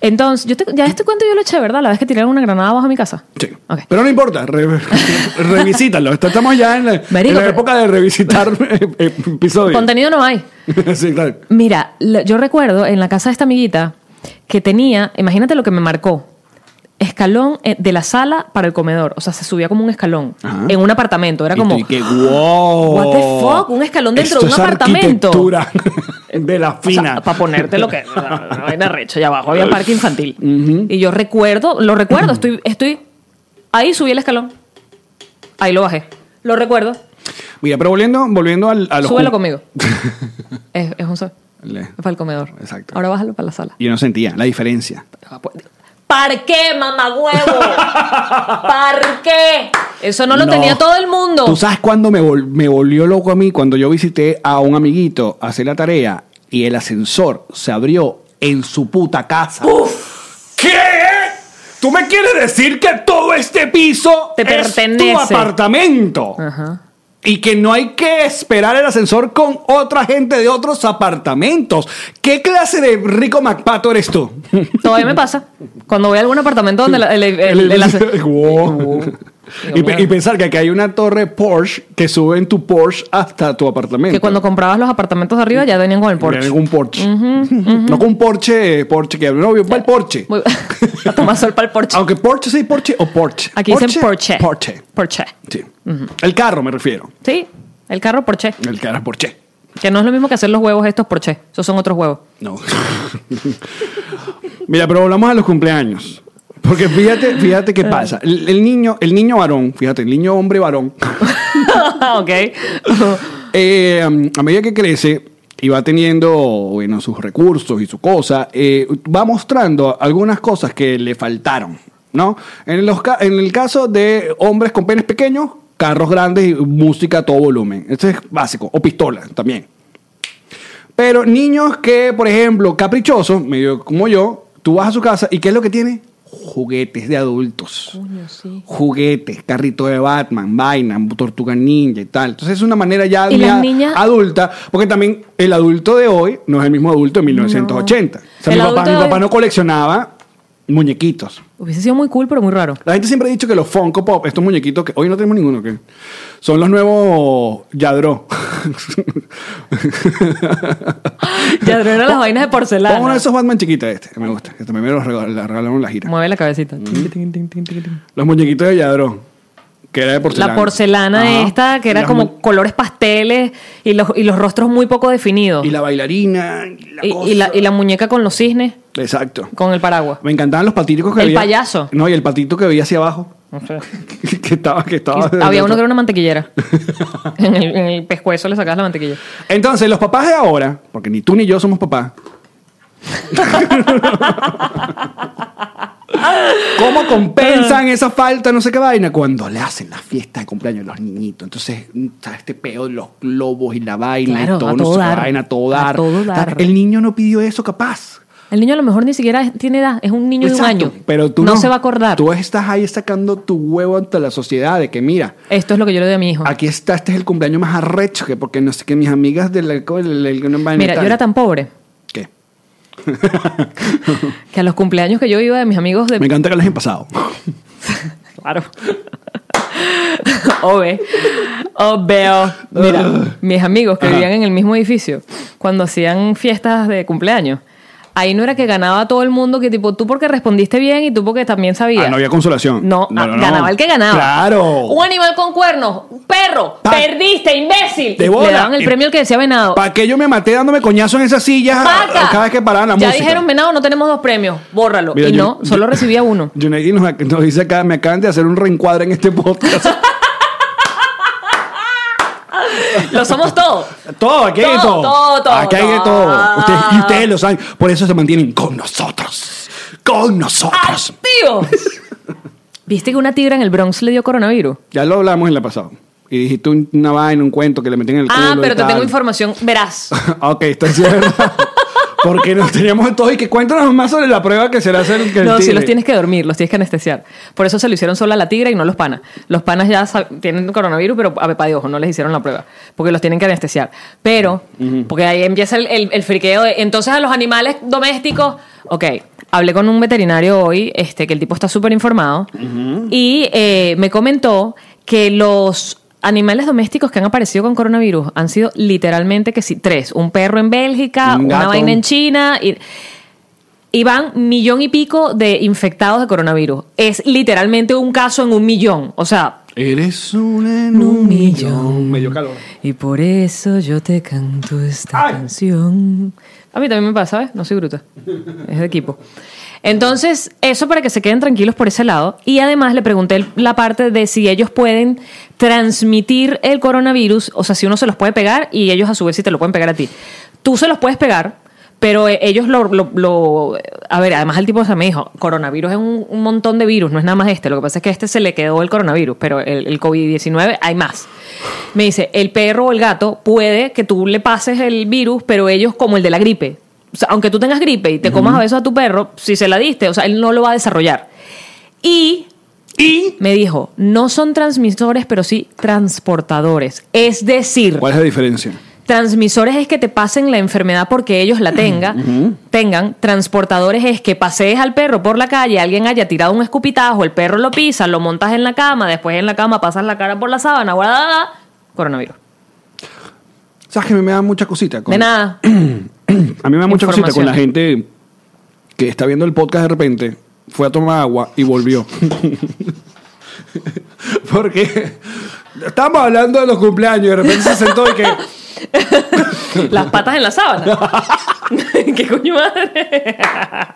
[SPEAKER 1] Entonces, yo te, ya este cuento yo lo eché, ¿verdad? La vez que tiraron una granada bajo mi casa.
[SPEAKER 3] Sí.
[SPEAKER 1] Ok.
[SPEAKER 3] Pero no importa, re- revisítalo. Estamos ya en la, en
[SPEAKER 1] Marico,
[SPEAKER 3] la
[SPEAKER 1] pero-
[SPEAKER 3] época de revisitar eh, eh, episodios.
[SPEAKER 1] Contenido no hay.
[SPEAKER 3] sí, claro.
[SPEAKER 1] Mira, la- yo recuerdo en la casa de esta amiguita que tenía, imagínate lo que me marcó. escalón eh, de la sala para el comedor. O sea, se subía como un escalón
[SPEAKER 3] Ajá.
[SPEAKER 1] en un apartamento. Era
[SPEAKER 3] Y
[SPEAKER 1] como.
[SPEAKER 3] tú, y que, wow.
[SPEAKER 1] What the fuck, un escalón dentro
[SPEAKER 3] Esto
[SPEAKER 1] de un
[SPEAKER 3] es
[SPEAKER 1] apartamento.
[SPEAKER 3] arquitectura de la fina.
[SPEAKER 1] para ponerte lo que. Una vaina recha allá abajo. Había parque infantil. Y yo recuerdo, lo recuerdo, estoy, estoy. Ahí subí el escalón. Ahí lo bajé. Lo recuerdo.
[SPEAKER 3] Mira, pero volviendo, volviendo al, a los
[SPEAKER 1] Súbelo
[SPEAKER 3] ju-
[SPEAKER 1] conmigo. es, es un sol.
[SPEAKER 3] Le-
[SPEAKER 1] Es para el comedor.
[SPEAKER 3] Exacto.
[SPEAKER 1] Ahora bájalo para la sala.
[SPEAKER 3] Yo no sentía la diferencia.
[SPEAKER 1] Ah, pues, ¿Par qué, mamagüevo? ¿Par qué? Eso no lo tenía todo el mundo.
[SPEAKER 3] ¿Tú sabes cuándo me, vol- me volvió loco a mí? Cuando yo visité a un amiguito a hacer la tarea y el ascensor se abrió en su puta casa. ¿Qué? ¿Tú me quieres decir que todo este piso
[SPEAKER 1] Te pertenece. Ah.
[SPEAKER 3] es tu apartamento?
[SPEAKER 1] Ajá.
[SPEAKER 3] Y que no hay que esperar el ascensor con otra gente de otros apartamentos. ¿Qué clase de rico MacPato eres tú?
[SPEAKER 1] Todavía me pasa. Cuando voy a algún apartamento donde la- el, el- el- el-
[SPEAKER 3] Wow. y,
[SPEAKER 1] Digo,
[SPEAKER 3] pe- y
[SPEAKER 1] mierda.
[SPEAKER 3] pensar que aquí hay una torre Porsche que sube en tu Porsche hasta tu apartamento.
[SPEAKER 1] que cuando comprabas los apartamentos de arriba ya venían con el
[SPEAKER 3] Porsche.
[SPEAKER 1] Porsche.
[SPEAKER 3] un Porsche. No con un Porsche, eh, Porsche que no, yo para el Porsche.
[SPEAKER 1] Muy- a tomar sol para el Porsche.
[SPEAKER 3] Aunque Porsche sí, Porsche o Porsche.
[SPEAKER 1] Aquí dicen Porsche.
[SPEAKER 3] Porsche.
[SPEAKER 1] Porsche.
[SPEAKER 3] Sí. El carro me refiero.
[SPEAKER 1] Sí, el carro Porsche.
[SPEAKER 3] El carro es Porsche.
[SPEAKER 1] Que no es lo mismo que hacer los huevos estos Porsche. Esos son otros huevos.
[SPEAKER 3] No. Mira, pero volvamos a los cumpleaños. Porque fíjate, fíjate qué pasa. El, el niño, el niño varón, fíjate, el niño hombre varón.
[SPEAKER 1] ok.
[SPEAKER 3] Eh, a medida que crece y va teniendo bueno, sus recursos y su cosa, eh, va mostrando algunas cosas que le faltaron, ¿no? En, los ca- en el caso de hombres con penes pequeños, carros grandes y música a todo volumen. Este es básico. O pistola también. Pero niños que, por ejemplo, caprichosos, medio como yo, tú vas a su casa y ¿qué es lo que tiene? Juguetes de adultos. Juguetes, carrito de Batman, vaina, tortuga ninja y tal. Entonces es una manera ya
[SPEAKER 1] ¿Y las
[SPEAKER 3] mía
[SPEAKER 1] niñas?
[SPEAKER 3] adulta, porque también el adulto de hoy no es el mismo adulto de 1980. O sea,
[SPEAKER 1] El
[SPEAKER 3] mi papá,
[SPEAKER 1] adulto
[SPEAKER 3] mi
[SPEAKER 1] de
[SPEAKER 3] papá
[SPEAKER 1] hoy-
[SPEAKER 3] no coleccionaba muñequitos.
[SPEAKER 1] Hubiese sido muy cool, pero muy raro.
[SPEAKER 3] La gente siempre ha dicho que los Funko Pop, estos muñequitos que hoy no tenemos ninguno, que son los nuevos Yadro.
[SPEAKER 1] Ya no eran las vainas de porcelana.
[SPEAKER 3] Pon uno de esos Batman chiquitos este, que me gusta. Que también me los regal- la regalaron en la gira.
[SPEAKER 1] Mueve la cabecita.
[SPEAKER 3] Los muñequitos de Yadro, que era de porcelana.
[SPEAKER 1] La porcelana
[SPEAKER 3] Ajá.
[SPEAKER 1] esta, que era
[SPEAKER 3] Las
[SPEAKER 1] como
[SPEAKER 3] mu-
[SPEAKER 1] colores pasteles y los, y los rostros muy poco definidos.
[SPEAKER 3] Y la bailarina, y la
[SPEAKER 1] Y-
[SPEAKER 3] cosa.
[SPEAKER 1] y la- y la muñeca con los cisnes,
[SPEAKER 3] Exacto.
[SPEAKER 1] con el paraguas.
[SPEAKER 3] Me encantaban los patíticos que
[SPEAKER 1] El
[SPEAKER 3] había.
[SPEAKER 1] payaso.
[SPEAKER 3] No, y el patito que veía hacia abajo. que estaba, que estaba.
[SPEAKER 1] Y había uno que era una mantequillera. en, el, en el pescuezo le sacabas la mantequilla.
[SPEAKER 3] Entonces, los papás de ahora, porque ni tú ni yo somos papás. ¿Cómo compensan esa falta, no sé qué vaina? Cuando le hacen la fiesta de cumpleaños a los niñitos. Entonces, ¿sabes? Este pedo de los globos y la vaina
[SPEAKER 1] Claro,
[SPEAKER 3] y todo,
[SPEAKER 1] a
[SPEAKER 3] no
[SPEAKER 1] todo
[SPEAKER 3] sé qué
[SPEAKER 1] dar.
[SPEAKER 3] vaina, a todo
[SPEAKER 1] A
[SPEAKER 3] dar.
[SPEAKER 1] todo dar.
[SPEAKER 3] El niño no pidió eso, capaz.
[SPEAKER 1] El niño a lo mejor ni siquiera es- tiene edad, es un niño de
[SPEAKER 3] Exacto,
[SPEAKER 1] un año.
[SPEAKER 3] Pero tú
[SPEAKER 1] no,
[SPEAKER 3] no,
[SPEAKER 1] se va a acordar.
[SPEAKER 3] Tú estás ahí sacando tu huevo ante la sociedad de que, mira,
[SPEAKER 1] Esto es lo que yo le doy a mi hijo.
[SPEAKER 3] aquí está, este es el cumpleaños más arrecho, que porque no sé qué, mis amigas del alcohol, el, el- una vaina y
[SPEAKER 1] Mira, yo
[SPEAKER 3] tal.
[SPEAKER 1] era tan pobre
[SPEAKER 3] ¿Qué?
[SPEAKER 1] que a los cumpleaños que yo iba de mis amigos de
[SPEAKER 3] Me encanta que lo hayan pasado. Ah,
[SPEAKER 1] Claro. o ve. O veo. Mira, mis amigos que
[SPEAKER 3] Ajá.
[SPEAKER 1] vivían en el mismo edificio, cuando hacían fiestas de cumpleaños, ahí no era que ganaba todo el mundo, que tipo, tú porque respondiste bien y tú porque también sabías.
[SPEAKER 3] Ah, no había consolación.
[SPEAKER 1] No, ah, ganaba el que ganaba.
[SPEAKER 3] Claro.
[SPEAKER 1] Un animal con cuernos, un perro,
[SPEAKER 3] Pa-
[SPEAKER 1] perdiste, imbécil.
[SPEAKER 3] De bola.
[SPEAKER 1] Le daban el premio al que decía venado.
[SPEAKER 3] ¿Para qué yo me maté dándome coñazo en esas sillas
[SPEAKER 1] Paca.
[SPEAKER 3] cada vez que paraban la
[SPEAKER 1] ya
[SPEAKER 3] música?
[SPEAKER 1] dijeron venado, no tenemos dos premios, bórralo.
[SPEAKER 3] Mira,
[SPEAKER 1] y
[SPEAKER 3] yo-
[SPEAKER 1] no, solo recibía uno.
[SPEAKER 3] Junaidi nos, nos dice acá, me acaban de hacer un reencuadre en este podcast.
[SPEAKER 1] Lo somos todos.
[SPEAKER 3] todo, aquí hay de todo.
[SPEAKER 1] Todo, todo, todo,
[SPEAKER 3] Aquí hay de
[SPEAKER 1] todo.
[SPEAKER 3] todo. Ustedes- y ustedes lo saben. Por eso se mantienen con nosotros. Con nosotros.
[SPEAKER 1] ¡Activos! ¿Viste que una tigra en el Bronx le dio coronavirus?
[SPEAKER 3] Ya lo hablamos en la pasada. Y dijiste un- una vaina, un cuento que le metían en el culo
[SPEAKER 1] Ah,
[SPEAKER 3] y
[SPEAKER 1] pero te
[SPEAKER 3] tal.
[SPEAKER 1] tengo información. Verás.
[SPEAKER 3] ok, esto sí es verdad. Porque nos teníamos todo y que cuéntanos más sobre la prueba que se le hace el que el
[SPEAKER 1] No, si
[SPEAKER 3] tigre.
[SPEAKER 1] los tienes que dormir, los tienes que anestesiar. Por eso se lo hicieron sola a la tigra y no a los panas. Los panas ya sab- tienen coronavirus, pero a pepa de ojo, no les hicieron la prueba. Porque los tienen que anestesiar. Pero, porque ahí empieza el, el- el friqueo de. Entonces, a los animales domésticos. Ok, hablé con un veterinario hoy, este, que el tipo está súper informado. Y eh, me comentó que los. Animales domésticos que han aparecido con coronavirus han sido literalmente que sí, tres. Un perro en Bélgica,
[SPEAKER 3] Un
[SPEAKER 1] una
[SPEAKER 3] gato.
[SPEAKER 1] vaina en China. Y y van millón y pico de infectados de coronavirus. Es literalmente un caso en un millón. O sea,
[SPEAKER 3] Eres una en un millón. Medio calor.
[SPEAKER 2] Y por eso yo te canto esta
[SPEAKER 3] Ay.
[SPEAKER 2] canción.
[SPEAKER 1] a mí también me pasa, ¿sabes? No soy bruta. Es de equipo. Entonces, eso para que se queden tranquilos por ese lado. Y además le pregunté el- la parte de si ellos pueden transmitir el coronavirus, o sea, si uno se los puede pegar y ellos a su vez si te lo pueden pegar a ti. Tú se los puedes pegar, pero eh, ellos lo, lo- lo- A ver, además el tipo se me dijo, coronavirus es un, un montón de virus, no es nada más este. Lo que pasa es que a este se le quedó el coronavirus, pero el, el COVID-19 hay más. Me dice, el perro o el gato puede que tú le pases el virus, pero ellos como el de la gripe. O sea, aunque tú tengas gripe y te comas a besos a tu perro, si se la diste, o sea, él no lo va a desarrollar. Y
[SPEAKER 3] ¿Y?
[SPEAKER 1] me dijo, no son transmisores, pero sí transportadores. Es decir,
[SPEAKER 3] ¿Cuál es la diferencia?
[SPEAKER 1] Transmisores es que te pasen la enfermedad porque ellos la tengan. tengan. Transportadores es que pasees al perro por la calle, alguien haya tirado un escupitajo, el perro lo pisa, lo montas en la cama, después en la cama pasas la cara por la sábana, guarda, da, da, coronavirus.
[SPEAKER 3] ¿Sabes que a mí me da mucha cosita? con-
[SPEAKER 1] De nada.
[SPEAKER 3] A mí me da mucha cosita con
[SPEAKER 1] Información.
[SPEAKER 3] la gente que está viendo el podcast de repente, fue a tomar agua y volvió. Porque estamos hablando de los cumpleaños y de repente se sentó y que...
[SPEAKER 1] Las patas en la sábana. ¿Qué coño madre?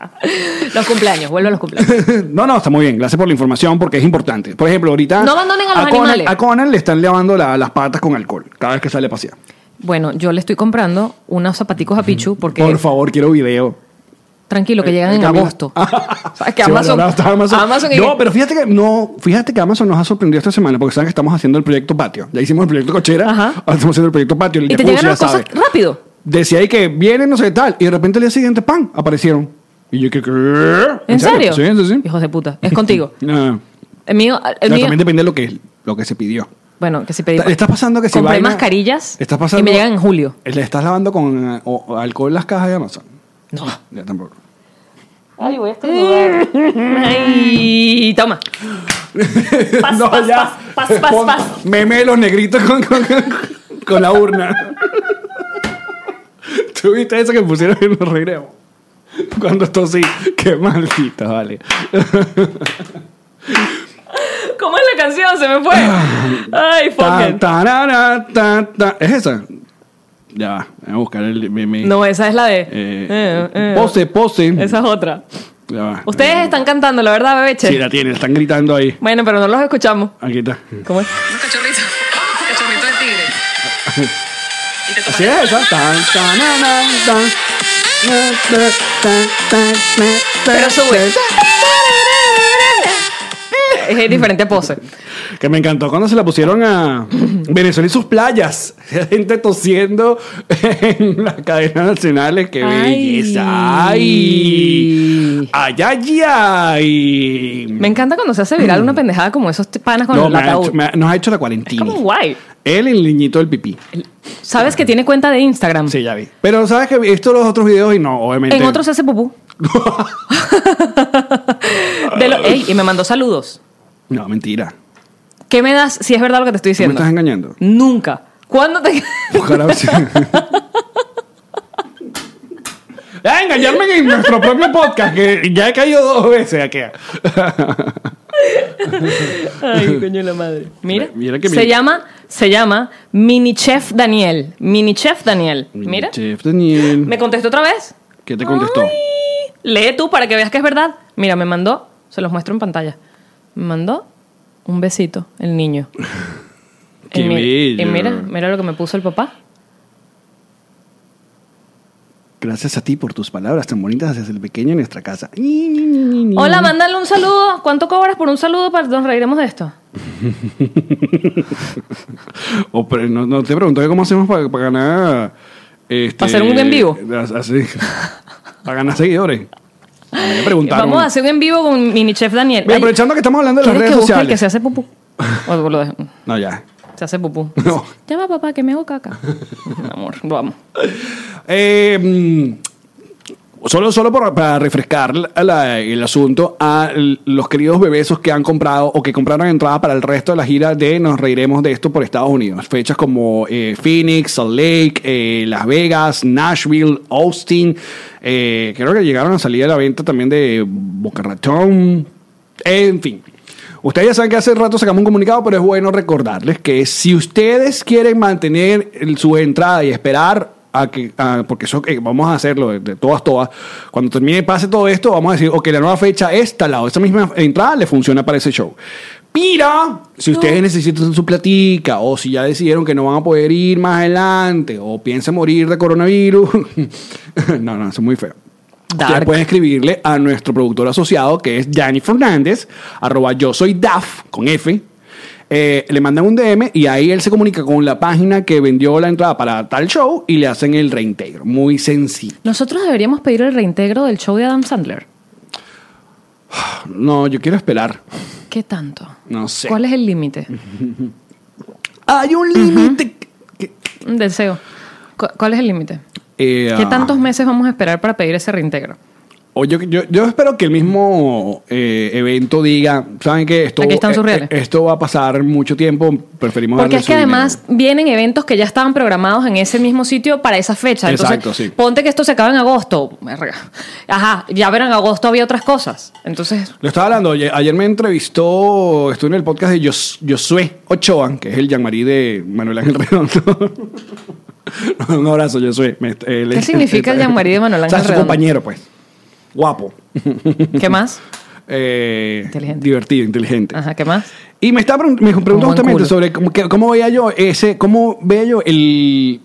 [SPEAKER 1] los cumpleaños, vuelvo a los cumpleaños.
[SPEAKER 3] No, no, está muy bien. Gracias por la información porque es importante. Por ejemplo, ahorita...
[SPEAKER 1] No abandonen a los
[SPEAKER 3] Conan,
[SPEAKER 1] animales.
[SPEAKER 3] A Conan le están lavando la- las patas con alcohol cada vez que sale a pasear.
[SPEAKER 1] Bueno, yo le estoy comprando unos zapaticos a Pichu porque...
[SPEAKER 3] Por favor, quiero video.
[SPEAKER 1] Tranquilo, que llegan
[SPEAKER 3] Eh,
[SPEAKER 1] en
[SPEAKER 3] camina.
[SPEAKER 1] agosto. O sea, que
[SPEAKER 3] Ah, Sí,
[SPEAKER 1] Amazon...
[SPEAKER 3] valorado está Amazon.
[SPEAKER 1] Amazon y-
[SPEAKER 3] No, pero fíjate que no, fíjate que Amazon nos ha sorprendido esta semana porque saben que estamos haciendo el proyecto patio. Ya hicimos el proyecto cochera,
[SPEAKER 1] Ajá.
[SPEAKER 3] ahora estamos haciendo el proyecto patio. El
[SPEAKER 1] y te
[SPEAKER 3] jacuzzi,
[SPEAKER 1] llegan
[SPEAKER 3] ya
[SPEAKER 1] las cosas
[SPEAKER 3] sabes.
[SPEAKER 1] rápido.
[SPEAKER 3] Decía ahí que vienen, no sé tal, y de repente el día siguiente, ¡pam! aparecieron. Y yo que, ¿qué?
[SPEAKER 1] ¿En serio?
[SPEAKER 3] Sí, sí, sí.
[SPEAKER 1] Hijos de puta. Es contigo.
[SPEAKER 3] No,
[SPEAKER 1] El mío, el
[SPEAKER 3] no,
[SPEAKER 1] mío-
[SPEAKER 3] también depende de lo que, lo que se pidió.
[SPEAKER 1] bueno, que si pedí.
[SPEAKER 3] Ta- Está pasando que si
[SPEAKER 1] Compré
[SPEAKER 3] vaina-
[SPEAKER 1] mascarillas
[SPEAKER 3] Está pasando-
[SPEAKER 1] y me llegan en julio.
[SPEAKER 3] Le estás lavando con eh, o- o alcohol las cajas de Amazon.
[SPEAKER 1] No.
[SPEAKER 3] Ya tampoco.
[SPEAKER 1] Ay, voy a estornudar. Ay, toma. Pas, pas, pas, pas, pas,
[SPEAKER 3] Pon
[SPEAKER 1] pas.
[SPEAKER 3] Meme de los negritos con, con- con la urna. ¿Tú viste eso que pusieron en los regresos? Cuando esto sí, qué maldita, vale.
[SPEAKER 1] ¿Cómo es la canción? Se me fue. Ah, Ay, fuck
[SPEAKER 3] Ta,
[SPEAKER 1] it.
[SPEAKER 3] tarara, ta, ta. ¿Es esa? Ya va, voy a buscar el meme.
[SPEAKER 1] No, esa es la de.
[SPEAKER 3] Eh,
[SPEAKER 1] Eh, eh.
[SPEAKER 3] Pose, pose.
[SPEAKER 1] Esa es otra.
[SPEAKER 3] Ya va.
[SPEAKER 1] Ustedes están cantando, la verdad, bebeche.
[SPEAKER 3] Sí, la tienen, están gritando ahí.
[SPEAKER 1] Bueno, pero no los escuchamos.
[SPEAKER 3] Aquí está.
[SPEAKER 1] ¿Cómo es?
[SPEAKER 3] Así es esa. Tan, tarara, tan. Eh,
[SPEAKER 1] Pero sube. Es diferente pose.
[SPEAKER 3] Que me encantó cuando se la pusieron a Venezuela y sus playas. Gente tosiendo en las cadenas nacionales. ¡Qué
[SPEAKER 1] Ay.
[SPEAKER 3] belleza! ¡Ay! ¡Ay, ay, ay!
[SPEAKER 1] Me encanta cuando se hace viral una pendejada como esos t- panas con
[SPEAKER 3] No,
[SPEAKER 1] el
[SPEAKER 3] me ha
[SPEAKER 1] ataúd.
[SPEAKER 3] hecho- me ha- nos ha hecho la
[SPEAKER 1] Es
[SPEAKER 3] cuarentena.
[SPEAKER 1] como guay.
[SPEAKER 3] Él el niñito del pipí.
[SPEAKER 1] Sabes que tiene cuenta de Instagram.
[SPEAKER 3] Sí, ya vi. Pero sabes que he visto los otros videos y no, obviamente.
[SPEAKER 1] En otros hace pupú. De lo- Ey, y me mandó saludos.
[SPEAKER 3] No, mentira.
[SPEAKER 1] ¿Qué me das si es verdad lo que te estoy
[SPEAKER 3] ¿Tú me
[SPEAKER 1] diciendo?
[SPEAKER 3] estás engañando?
[SPEAKER 1] Nunca. ¿Cuándo te.?
[SPEAKER 3] Ojalá. Ah, engañarme en nuestro propio podcast, que ya he caído dos veces aquí.
[SPEAKER 1] Ay, coño de la madre. Mira.
[SPEAKER 3] Mira que
[SPEAKER 1] se
[SPEAKER 3] mira.
[SPEAKER 1] llama, se llama Mini Chef Daniel. Mini Chef Daniel. Mira.
[SPEAKER 3] Chef Daniel.
[SPEAKER 1] Me contestó otra vez.
[SPEAKER 3] ¿Qué te contestó?
[SPEAKER 1] Ay, lee tú para que veas que es verdad. Mira, me mandó, se los muestro en pantalla. Me mandó un besito el niño.
[SPEAKER 3] Qué
[SPEAKER 1] y, mi- y
[SPEAKER 3] bello.
[SPEAKER 1] mira, mira lo que me puso el papá.
[SPEAKER 3] Gracias a ti por tus palabras tan bonitas desde el pequeño en nuestra casa.
[SPEAKER 1] Hola, mándale un saludo. ¿Cuánto cobras por un saludo para nos reiremos de esto?
[SPEAKER 3] O, Oh, pero no, no te pregunto cómo hacemos para, para ganar. Este, Ah,
[SPEAKER 1] ¿Para hacer un en vivo?
[SPEAKER 3] Así. para ganar seguidores. Ah, Me preguntaron.
[SPEAKER 1] Vamos a hacer un en vivo con Mini Chef Daniel.
[SPEAKER 3] Mira,
[SPEAKER 1] Ay,
[SPEAKER 3] aprovechando que estamos hablando de las
[SPEAKER 1] ¿quieres
[SPEAKER 3] redes
[SPEAKER 1] que busque el
[SPEAKER 3] sociales.
[SPEAKER 1] que se hace pupú? O lo dejo.
[SPEAKER 3] No, ya.
[SPEAKER 1] Se hace pupú.
[SPEAKER 3] No.
[SPEAKER 1] Llama a papá que me hago caca. Amor, vamos.
[SPEAKER 3] Eh, mm, Solo, solo por- para refrescar la- la- el asunto a l- los queridos bebesos que han comprado o que compraron entradas para el resto de la gira de Nos Reiremos de esto por Estados Unidos. Fechas como eh, Phoenix, Salt Lake, eh, Las Vegas, Nashville, Austin. Eh, creo que llegaron a salir a la venta también de Boca Ratón. En fin. Ustedes ya saben que hace rato sacamos un comunicado, pero es bueno recordarles que si ustedes quieren mantener el- su entrada y esperar a que, a- porque eso eh, vamos a hacerlo de, de todas, todas, cuando termine pase todo esto, vamos a decir, ok, la nueva fecha es tal lado, esa misma entrada le funciona para ese show. Pira, si ustedes necesitan su platica o si ya decidieron que no van a poder ir más adelante o piensan morir de coronavirus, no, no, eso es muy feo. Ustedes
[SPEAKER 1] Dark.
[SPEAKER 3] pueden escribirle a nuestro productor asociado que es Danny Fernández, arroba yo soy DAF con F. Eh, le mandan un DM y ahí él se comunica con la página que vendió la entrada para tal show y le hacen el reintegro. Muy sencillo.
[SPEAKER 1] Nosotros deberíamos pedir el reintegro del show de Adam Sandler.
[SPEAKER 3] No, yo quiero esperar.
[SPEAKER 1] ¿Qué tanto?
[SPEAKER 3] No sé.
[SPEAKER 1] ¿Cuál es el límite?
[SPEAKER 3] Hay un límite. que-
[SPEAKER 1] Un Deseo. Cu- ¿Cuál es el límite?
[SPEAKER 3] eh,
[SPEAKER 1] ¿Qué
[SPEAKER 3] ah,
[SPEAKER 1] tantos meses vamos a esperar para pedir ese reintegro?
[SPEAKER 3] o yo, yo- yo espero que el mismo eh, evento diga, ¿saben qué? Esto,
[SPEAKER 1] Aquí están sus
[SPEAKER 3] eh,
[SPEAKER 1] reales.
[SPEAKER 3] eh, esto va a pasar mucho tiempo, preferimos
[SPEAKER 1] Porque
[SPEAKER 3] darle
[SPEAKER 1] es
[SPEAKER 3] su
[SPEAKER 1] que
[SPEAKER 3] dinero".
[SPEAKER 1] además vienen eventos que ya estaban programados en ese mismo sitio para esa fecha. Entonces,
[SPEAKER 3] Exacto, sí.
[SPEAKER 1] Ponte que esto se acaba en agosto. Verga. Ajá, ya verán, en agosto había otras cosas. Entonces,
[SPEAKER 3] Lo estaba hablando, ayer, ayer me entrevistó, estuve en el podcast de Jos- Josué Ochoa, que es el Yanmarí de Manuel Ángel Redondo. Un abrazo, Josué. Me- él
[SPEAKER 1] ¿Qué
[SPEAKER 3] es-
[SPEAKER 1] significa el Jean-Marie de Manuel
[SPEAKER 3] O sea,
[SPEAKER 1] Ángel
[SPEAKER 3] su
[SPEAKER 1] Redondo?
[SPEAKER 3] compañero, pues. Guapo.
[SPEAKER 1] ¿qué más?
[SPEAKER 3] Eh,
[SPEAKER 1] Inteligente.
[SPEAKER 3] Divertido, inteligente.
[SPEAKER 1] Ajá, ¿qué más?
[SPEAKER 3] Y me está pregun- me preguntó
[SPEAKER 1] buen
[SPEAKER 3] justamente
[SPEAKER 1] culo.
[SPEAKER 3] sobre cómo, que- cómo veía yo ese, cómo veía yo el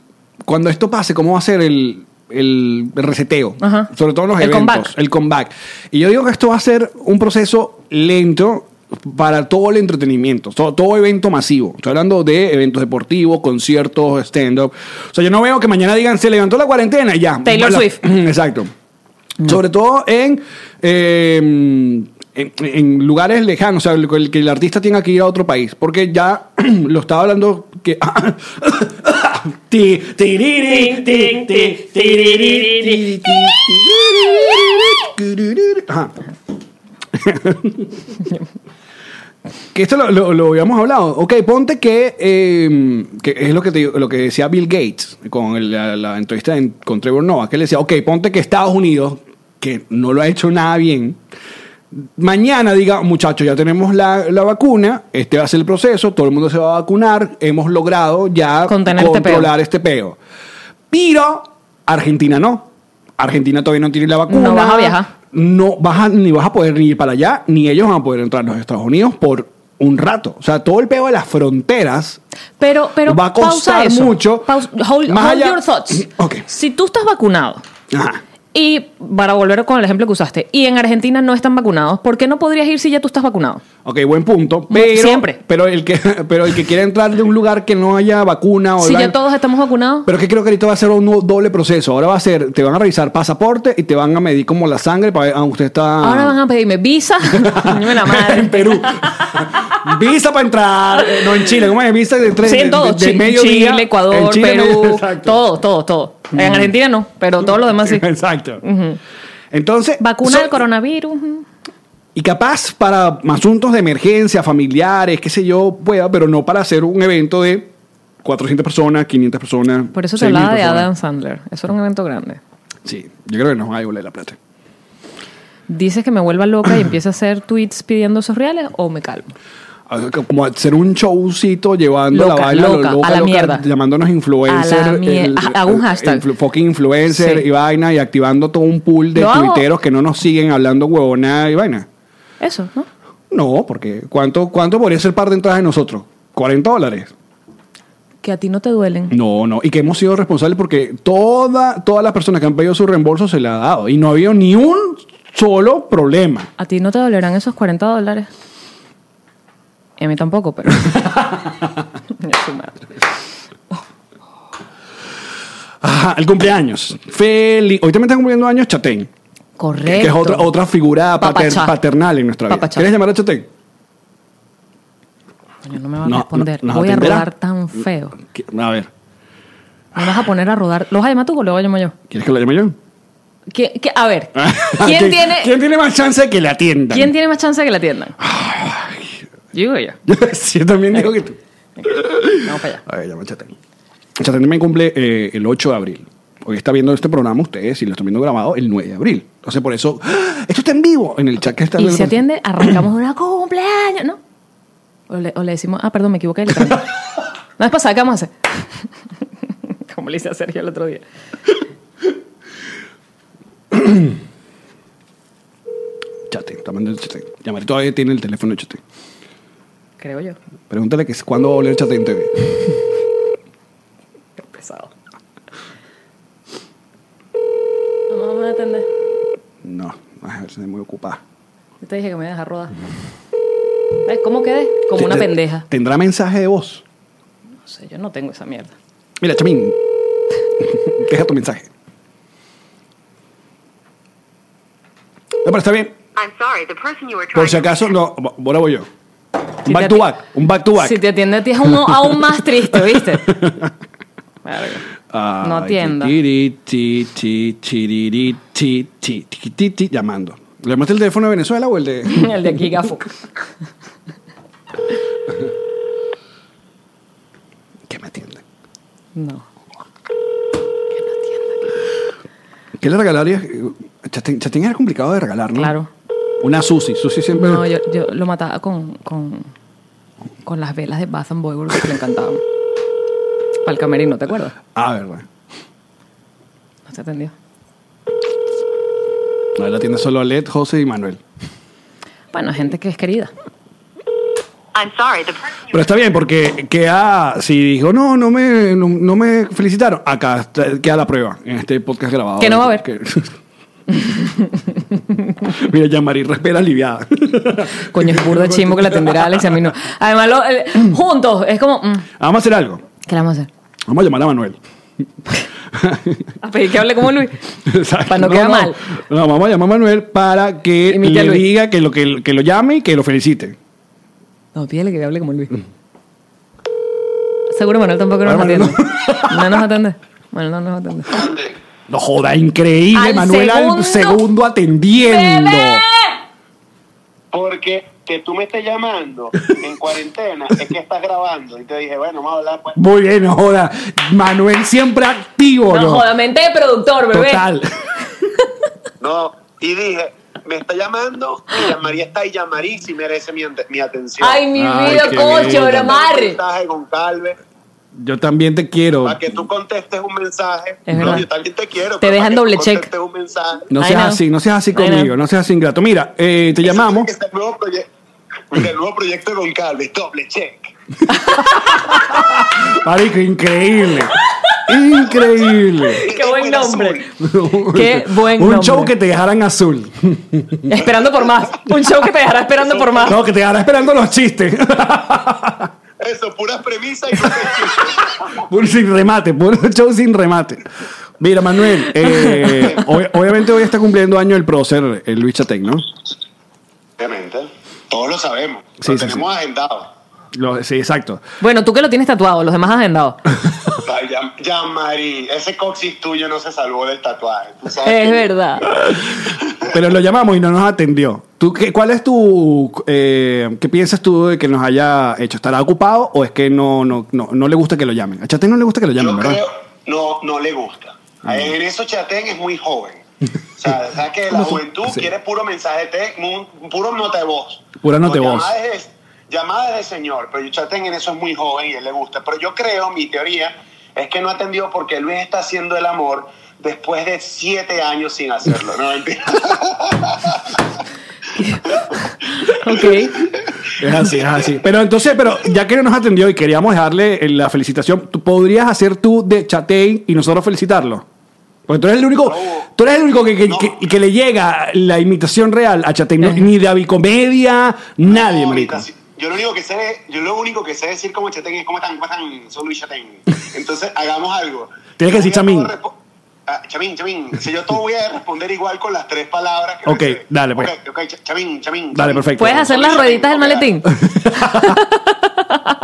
[SPEAKER 3] cuando esto pase, cómo va a ser el, el reseteo,
[SPEAKER 1] Ajá.
[SPEAKER 3] sobre todo en los
[SPEAKER 1] El
[SPEAKER 3] eventos,
[SPEAKER 1] comeback.
[SPEAKER 3] el comeback. Y yo digo que esto va a ser un proceso lento para todo el entretenimiento, todo, todo evento masivo. Estoy hablando de eventos deportivos, conciertos, stand-up. O sea, yo no veo que mañana digan se levantó la cuarentena y ya.
[SPEAKER 1] Taylor
[SPEAKER 3] La-
[SPEAKER 1] Swift.
[SPEAKER 3] Exacto. Sobre todo en, eh, en, en lugares lejanos, o sea, el, el que el artista tenga que ir a otro país. Porque ya lo estaba hablando que. Ti, tiriri, ti, ti, tiriri, ti, ti, tiriri, Ajá. Que esto lo, lo- lo habíamos hablado. Ok, ponte que, eh, que es lo que, te digo- lo que decía Bill Gates con el- la, la entrevista en- con Trevor Noah, que él decía, ok, ponte que Estados Unidos, que no lo ha hecho nada bien, mañana diga, muchachos, ya tenemos la, la vacuna, este va a ser el proceso, todo el mundo se va a vacunar, hemos logrado ya
[SPEAKER 1] Contener este peo.
[SPEAKER 3] controlar este peo. Pero Argentina no. Argentina todavía no tiene la vacuna.
[SPEAKER 1] No vas a viajar.
[SPEAKER 3] No vas a- ni vas a poder ni ir para allá, ni ellos van a poder entrar a los Estados Unidos por un rato. O sea, todo el peo de las fronteras.
[SPEAKER 1] Pero, pero
[SPEAKER 3] Va a costar
[SPEAKER 1] pausa eso.
[SPEAKER 3] mucho.
[SPEAKER 1] Pausa- hold
[SPEAKER 3] Más
[SPEAKER 1] hold
[SPEAKER 3] allá-
[SPEAKER 1] your thoughts.
[SPEAKER 3] Ok.
[SPEAKER 1] Si tú estás vacunado
[SPEAKER 3] Ajá.
[SPEAKER 1] y, para volver con el ejemplo que usaste, y en Argentina no están vacunados, ¿por qué no podrías ir si ya tú estás vacunado?
[SPEAKER 3] Ok, buen punto. Pero,
[SPEAKER 1] Siempre.
[SPEAKER 3] Pero el, que, pero el que quiera entrar de un lugar que no haya vacuna o
[SPEAKER 1] Si
[SPEAKER 3] la-
[SPEAKER 1] ya todos estamos vacunados.
[SPEAKER 3] Pero es que creo que ahorita va a ser un nuevo doble proceso. Ahora va a ser, te van a revisar pasaporte y te van a medir como la sangre para ver, ah, usted está...
[SPEAKER 1] Ahora van a pedirme visa. Dime la madre.
[SPEAKER 3] en Perú. Visa para entrar, eh, no en Chile, ¿cómo es? Visa de tres
[SPEAKER 1] Sí, en
[SPEAKER 3] de-
[SPEAKER 1] todo.
[SPEAKER 3] de- de
[SPEAKER 1] Chi-
[SPEAKER 3] mediodía.
[SPEAKER 1] Chile, Ecuador,
[SPEAKER 3] En Chile, medio-
[SPEAKER 1] Perú,
[SPEAKER 3] exacto. Mm.
[SPEAKER 1] todo, todo, todo. En Argentina no, pero todo lo demás sí.
[SPEAKER 3] Exacto. Entonces,
[SPEAKER 1] Vacuna
[SPEAKER 3] so-
[SPEAKER 1] del coronavirus.
[SPEAKER 3] y capaz para asuntos de emergencia, familiares, qué sé yo, pueda, pero no para hacer un evento de 400 personas, 500 personas.
[SPEAKER 1] Por eso te
[SPEAKER 3] 6.000
[SPEAKER 1] hablaba de
[SPEAKER 3] personas.
[SPEAKER 1] Adam Sandler. Eso era un evento grande.
[SPEAKER 3] Sí, yo creo que nos va a devolver la plata.
[SPEAKER 1] ¿Dices que me vuelva loca y empiece a hacer tweets pidiendo esos reales o me calmo?
[SPEAKER 3] Ah, Como hacer un showcito llevando
[SPEAKER 1] Loca,
[SPEAKER 3] la vaina lo-
[SPEAKER 1] loca, a la mierda.
[SPEAKER 3] llamándonos influencer.
[SPEAKER 1] A la mier-
[SPEAKER 3] el-
[SPEAKER 1] Ah, hago un
[SPEAKER 3] el-
[SPEAKER 1] hashtag.
[SPEAKER 3] influ- fucking influencer
[SPEAKER 1] Sí.
[SPEAKER 3] y vaina y activando todo un pool de
[SPEAKER 1] Lo hago.
[SPEAKER 3] tuiteros que no nos siguen hablando huevona y vaina.
[SPEAKER 1] Eso, ¿no?
[SPEAKER 3] No, porque ¿cuánto, cuánto podría ser par de entradas de nosotros? 40 dólares.
[SPEAKER 1] Que a ti no te duelen.
[SPEAKER 3] No, no. Y que hemos sido responsables porque toda, todas las personas que han pedido su reembolso se le ha dado. Y no ha habido ni un solo problema.
[SPEAKER 1] A ti no te dolerán esos 40 dólares. Y a mí tampoco, pero. Coño, su madre.
[SPEAKER 3] Ajá, el cumpleaños. Feliz. Hoy también están cumpliendo años Chatén.
[SPEAKER 1] Correcto.
[SPEAKER 3] Que es otra, otra figura pater-
[SPEAKER 1] Papachá.
[SPEAKER 3] paternal en nuestra vida.
[SPEAKER 1] Papachá.
[SPEAKER 3] ¿Quieres llamar a Chatén?
[SPEAKER 1] Coño, no me va a
[SPEAKER 3] No,
[SPEAKER 1] responder.
[SPEAKER 3] no, nos
[SPEAKER 1] Voy a
[SPEAKER 3] atenderá.
[SPEAKER 1] rodar tan feo.
[SPEAKER 3] A ver,
[SPEAKER 1] ¿Me vas a poner a rodar? ¿Lo vas a llamar tú o lo voy a llamar yo?
[SPEAKER 3] ¿quieres que lo llame yo?
[SPEAKER 1] ¿Qui- qui- a ver,
[SPEAKER 3] Ah,
[SPEAKER 1] ¿quién,
[SPEAKER 3] ¿Quién-
[SPEAKER 1] tiene,
[SPEAKER 3] ¿Quién tiene más chance de que le atiendan?
[SPEAKER 1] ¿quién tiene más chance de que la atiendan? Yo digo yo.
[SPEAKER 3] sí, yo también
[SPEAKER 1] Eh.
[SPEAKER 3] digo que tú.
[SPEAKER 1] Vamos para allá.
[SPEAKER 3] A ver, llama a Chatén. Chatén me cumple eh, el 8 de abril. Hoy está viendo este programa ustedes y lo están viendo grabado el 9 de abril. Entonces, por eso, ¡ah! esto está en vivo en el chat que está
[SPEAKER 1] Y
[SPEAKER 3] viendo-
[SPEAKER 1] si atiende, arrancamos de una cumpleaños, ¿no? O le, o le decimos, ah, perdón, me equivoqué. le cambié. no es pasada, ¿qué vamos a hacer? Como le hice a Sergio el otro día.
[SPEAKER 3] Chatén, está mandando el Chatén. Llamaré todavía tiene el teléfono de Chatén.
[SPEAKER 1] Creo yo.
[SPEAKER 3] Pregúntale que es- cuándo va a volver Chatén TV.
[SPEAKER 1] Qué pesado. No, vamos a atender.
[SPEAKER 3] No, a ver, se ve muy ocupada.
[SPEAKER 1] Yo te dije que me ibas a dejar rodar. ¿Ves cómo quedé? Como una
[SPEAKER 3] Te- te-
[SPEAKER 1] pendeja.
[SPEAKER 3] ¿Tendrá mensaje de voz?
[SPEAKER 1] No sé, yo no tengo esa mierda.
[SPEAKER 3] Mira, Chamín, deja tu mensaje. No, pero está bien.
[SPEAKER 5] I'm sorry, the person you were trying
[SPEAKER 3] Por si acaso, no, ahora voy yo.
[SPEAKER 1] Si
[SPEAKER 3] Un
[SPEAKER 1] te
[SPEAKER 3] back to
[SPEAKER 1] ati-
[SPEAKER 3] back, un back to back.
[SPEAKER 1] Si te atiende a ti es uno aún más triste, ¿viste? Verga.
[SPEAKER 3] Ay,
[SPEAKER 1] no atienda.
[SPEAKER 3] tiri, ti, ti, tiriri, ti, ti, tiqui, ti, ti, Llamando. ¿Le llamaste el teléfono de Venezuela o el de.?
[SPEAKER 1] El de aquí, gafo.
[SPEAKER 3] Que me atiende.
[SPEAKER 1] No.
[SPEAKER 3] ¿Qué le regalarías? Chatín, Chatín era complicado de regalar, ¿no?
[SPEAKER 1] Claro.
[SPEAKER 3] Una Susi. Susi siempre.
[SPEAKER 1] No, yo, yo lo mataba con, con, con las velas de Bath and Boy Works que le encantaban. Para el camerino, ¿te acuerdas?
[SPEAKER 3] Ah, verdad.
[SPEAKER 1] No se atendió.
[SPEAKER 3] No, él atiende solo a Led, José y Manuel.
[SPEAKER 1] Bueno, gente que es querida.
[SPEAKER 5] I'm sorry, the person you
[SPEAKER 3] Pero está bien, porque queda. Si dijo, no, no me, no, no me felicitaron. Acá está- queda la prueba en este podcast grabado.
[SPEAKER 1] Que no va a haber.
[SPEAKER 3] Que- Mira, Yamari respira aliviada.
[SPEAKER 1] Coño, es burda chimbo que la atenderá Alex y a mí no. Además, lo- el- juntos, es como. mm,
[SPEAKER 3] Vamos a hacer algo.
[SPEAKER 1] ¿Qué le vamos a hacer?
[SPEAKER 3] Vamos a llamar a Manuel.
[SPEAKER 1] A pedir que hable como Luis.
[SPEAKER 3] Exacto.
[SPEAKER 1] Para no quedar mal.
[SPEAKER 3] No, vamos a llamar a Manuel para que
[SPEAKER 1] Imite a
[SPEAKER 3] le
[SPEAKER 1] Luis.
[SPEAKER 3] diga que lo, que, que lo llame y que lo felicite.
[SPEAKER 1] No, pídele que hable como Luis. Seguro Manuel tampoco
[SPEAKER 3] Ah,
[SPEAKER 1] nos
[SPEAKER 3] Manuel,
[SPEAKER 1] atiende. No. nos atiende. Manuel no nos atiende.
[SPEAKER 3] No joda, increíble.
[SPEAKER 1] Al
[SPEAKER 3] Manuel al
[SPEAKER 1] segundo.
[SPEAKER 3] segundo atendiendo.
[SPEAKER 6] Porque que tú me estés llamando en cuarentena es que estás grabando. Y te dije, bueno, vamos a hablar pues.
[SPEAKER 3] Muy bien, no joda. Manuel siempre activo,
[SPEAKER 1] No,
[SPEAKER 3] ¿no?
[SPEAKER 1] joda, mente de productor, bebé.
[SPEAKER 3] Total.
[SPEAKER 6] No, y dije, me está llamando y Yamarí está y Yamarí si merece mi, ante- mi atención.
[SPEAKER 1] Ay, mi
[SPEAKER 3] Ay,
[SPEAKER 1] vida,
[SPEAKER 3] qué
[SPEAKER 1] cocho,
[SPEAKER 3] lindo.
[SPEAKER 6] Mandar
[SPEAKER 1] bramar.
[SPEAKER 6] Un mensaje con Calve
[SPEAKER 3] Yo también te quiero.
[SPEAKER 6] para que tú contestes un mensaje.
[SPEAKER 1] Es
[SPEAKER 6] no,
[SPEAKER 1] verdad.
[SPEAKER 6] yo también te quiero.
[SPEAKER 1] Te
[SPEAKER 6] pero
[SPEAKER 1] dejan
[SPEAKER 6] para que
[SPEAKER 1] doble
[SPEAKER 6] tú
[SPEAKER 1] check.
[SPEAKER 6] contestes un mensaje.
[SPEAKER 3] No
[SPEAKER 1] I
[SPEAKER 3] seas
[SPEAKER 1] know.
[SPEAKER 3] así, no seas así
[SPEAKER 1] I know.
[SPEAKER 3] conmigo, no seas ingrato. Mira, eh, te llamamos.
[SPEAKER 6] Ese es el nuevo, proye- el nuevo proyecto con Calve, doble check.
[SPEAKER 3] Marico, increíble. Increíble.
[SPEAKER 1] Qué buen nombre. Qué buen
[SPEAKER 3] Un
[SPEAKER 1] nombre.
[SPEAKER 3] show que te dejaran azul.
[SPEAKER 1] Esperando por más. Un show que te dejará esperando por más.
[SPEAKER 3] No, que te dejará esperando los chistes.
[SPEAKER 6] Eso, puras premisas y cosas.
[SPEAKER 3] Puro sin remate, puro show sin remate. Mira, Manuel, eh, ob- obviamente hoy está cumpliendo año el prócer, el Luis Chatec, ¿no?
[SPEAKER 6] Obviamente, todos lo sabemos.
[SPEAKER 3] Sí,
[SPEAKER 6] lo
[SPEAKER 3] sí,
[SPEAKER 6] tenemos agendado.
[SPEAKER 3] Lo- sí, exacto.
[SPEAKER 1] Bueno, tú que lo tienes tatuado, los demás agendados.
[SPEAKER 6] Ay, ya, ya, Mari, ese coxis tuyo no se salvó del tatuaje. tú sabes
[SPEAKER 1] Es
[SPEAKER 6] que-
[SPEAKER 1] verdad.
[SPEAKER 3] Pero lo llamamos y no nos atendió. ¿Tú qué, ¿Cuál es tu... eh, ¿Qué piensas tú de que nos haya hecho? ¿Estará ocupado o es que no, no, no, no le gusta que lo llamen? A Chatec no le gusta que lo
[SPEAKER 6] Yo
[SPEAKER 3] llamen, ¿verdad?
[SPEAKER 6] creo, no, no le gusta.
[SPEAKER 3] Ah.
[SPEAKER 6] Eh, En eso Chatén es muy joven. O sea, sabes que la juventud
[SPEAKER 3] Sí.
[SPEAKER 6] quiere puro mensaje de texto, mu- puro nota de voz.
[SPEAKER 3] Pura nota de
[SPEAKER 6] No,
[SPEAKER 3] voz.
[SPEAKER 6] llamadas de- Llamadas de señor, pero Chatén en eso es muy joven y a él le gusta. Pero yo creo, mi teoría, es que no atendió porque Luis está haciendo el amor después de siete años sin hacerlo. No, mentira.
[SPEAKER 1] Ok.
[SPEAKER 3] Es así, es así. Pero entonces, pero ya que no nos atendió y queríamos darle eh, la felicitación, ¿tú podrías hacer tú de Chatein y nosotros felicitarlo? Porque tú eres el único, tú eres el único que, que,
[SPEAKER 6] No.
[SPEAKER 3] que- que le llega la imitación real a Chatein. No,
[SPEAKER 1] Ajá.
[SPEAKER 3] ni de Avicomedia, nadie,
[SPEAKER 6] No,
[SPEAKER 3] marico.
[SPEAKER 6] ahorita sí. Yo lo único que sé, yo lo único que sé decir como Chatén es como tan, como tan, soy Luis Chatén. Entonces, hagamos algo.
[SPEAKER 3] Tienes que decir
[SPEAKER 6] Yo voy a
[SPEAKER 3] chamín.
[SPEAKER 6] todo respo- Ah, chamín, chamín. Si yo todo voy a responder igual con las tres palabras que me
[SPEAKER 3] Ok,
[SPEAKER 6] sé.
[SPEAKER 3] dale, pues.
[SPEAKER 6] Ok, ok, cha- chamín, chamín.
[SPEAKER 3] Dale,
[SPEAKER 6] chamín.
[SPEAKER 3] perfecto.
[SPEAKER 1] ¿Puedes hacer las rueditas del maletín?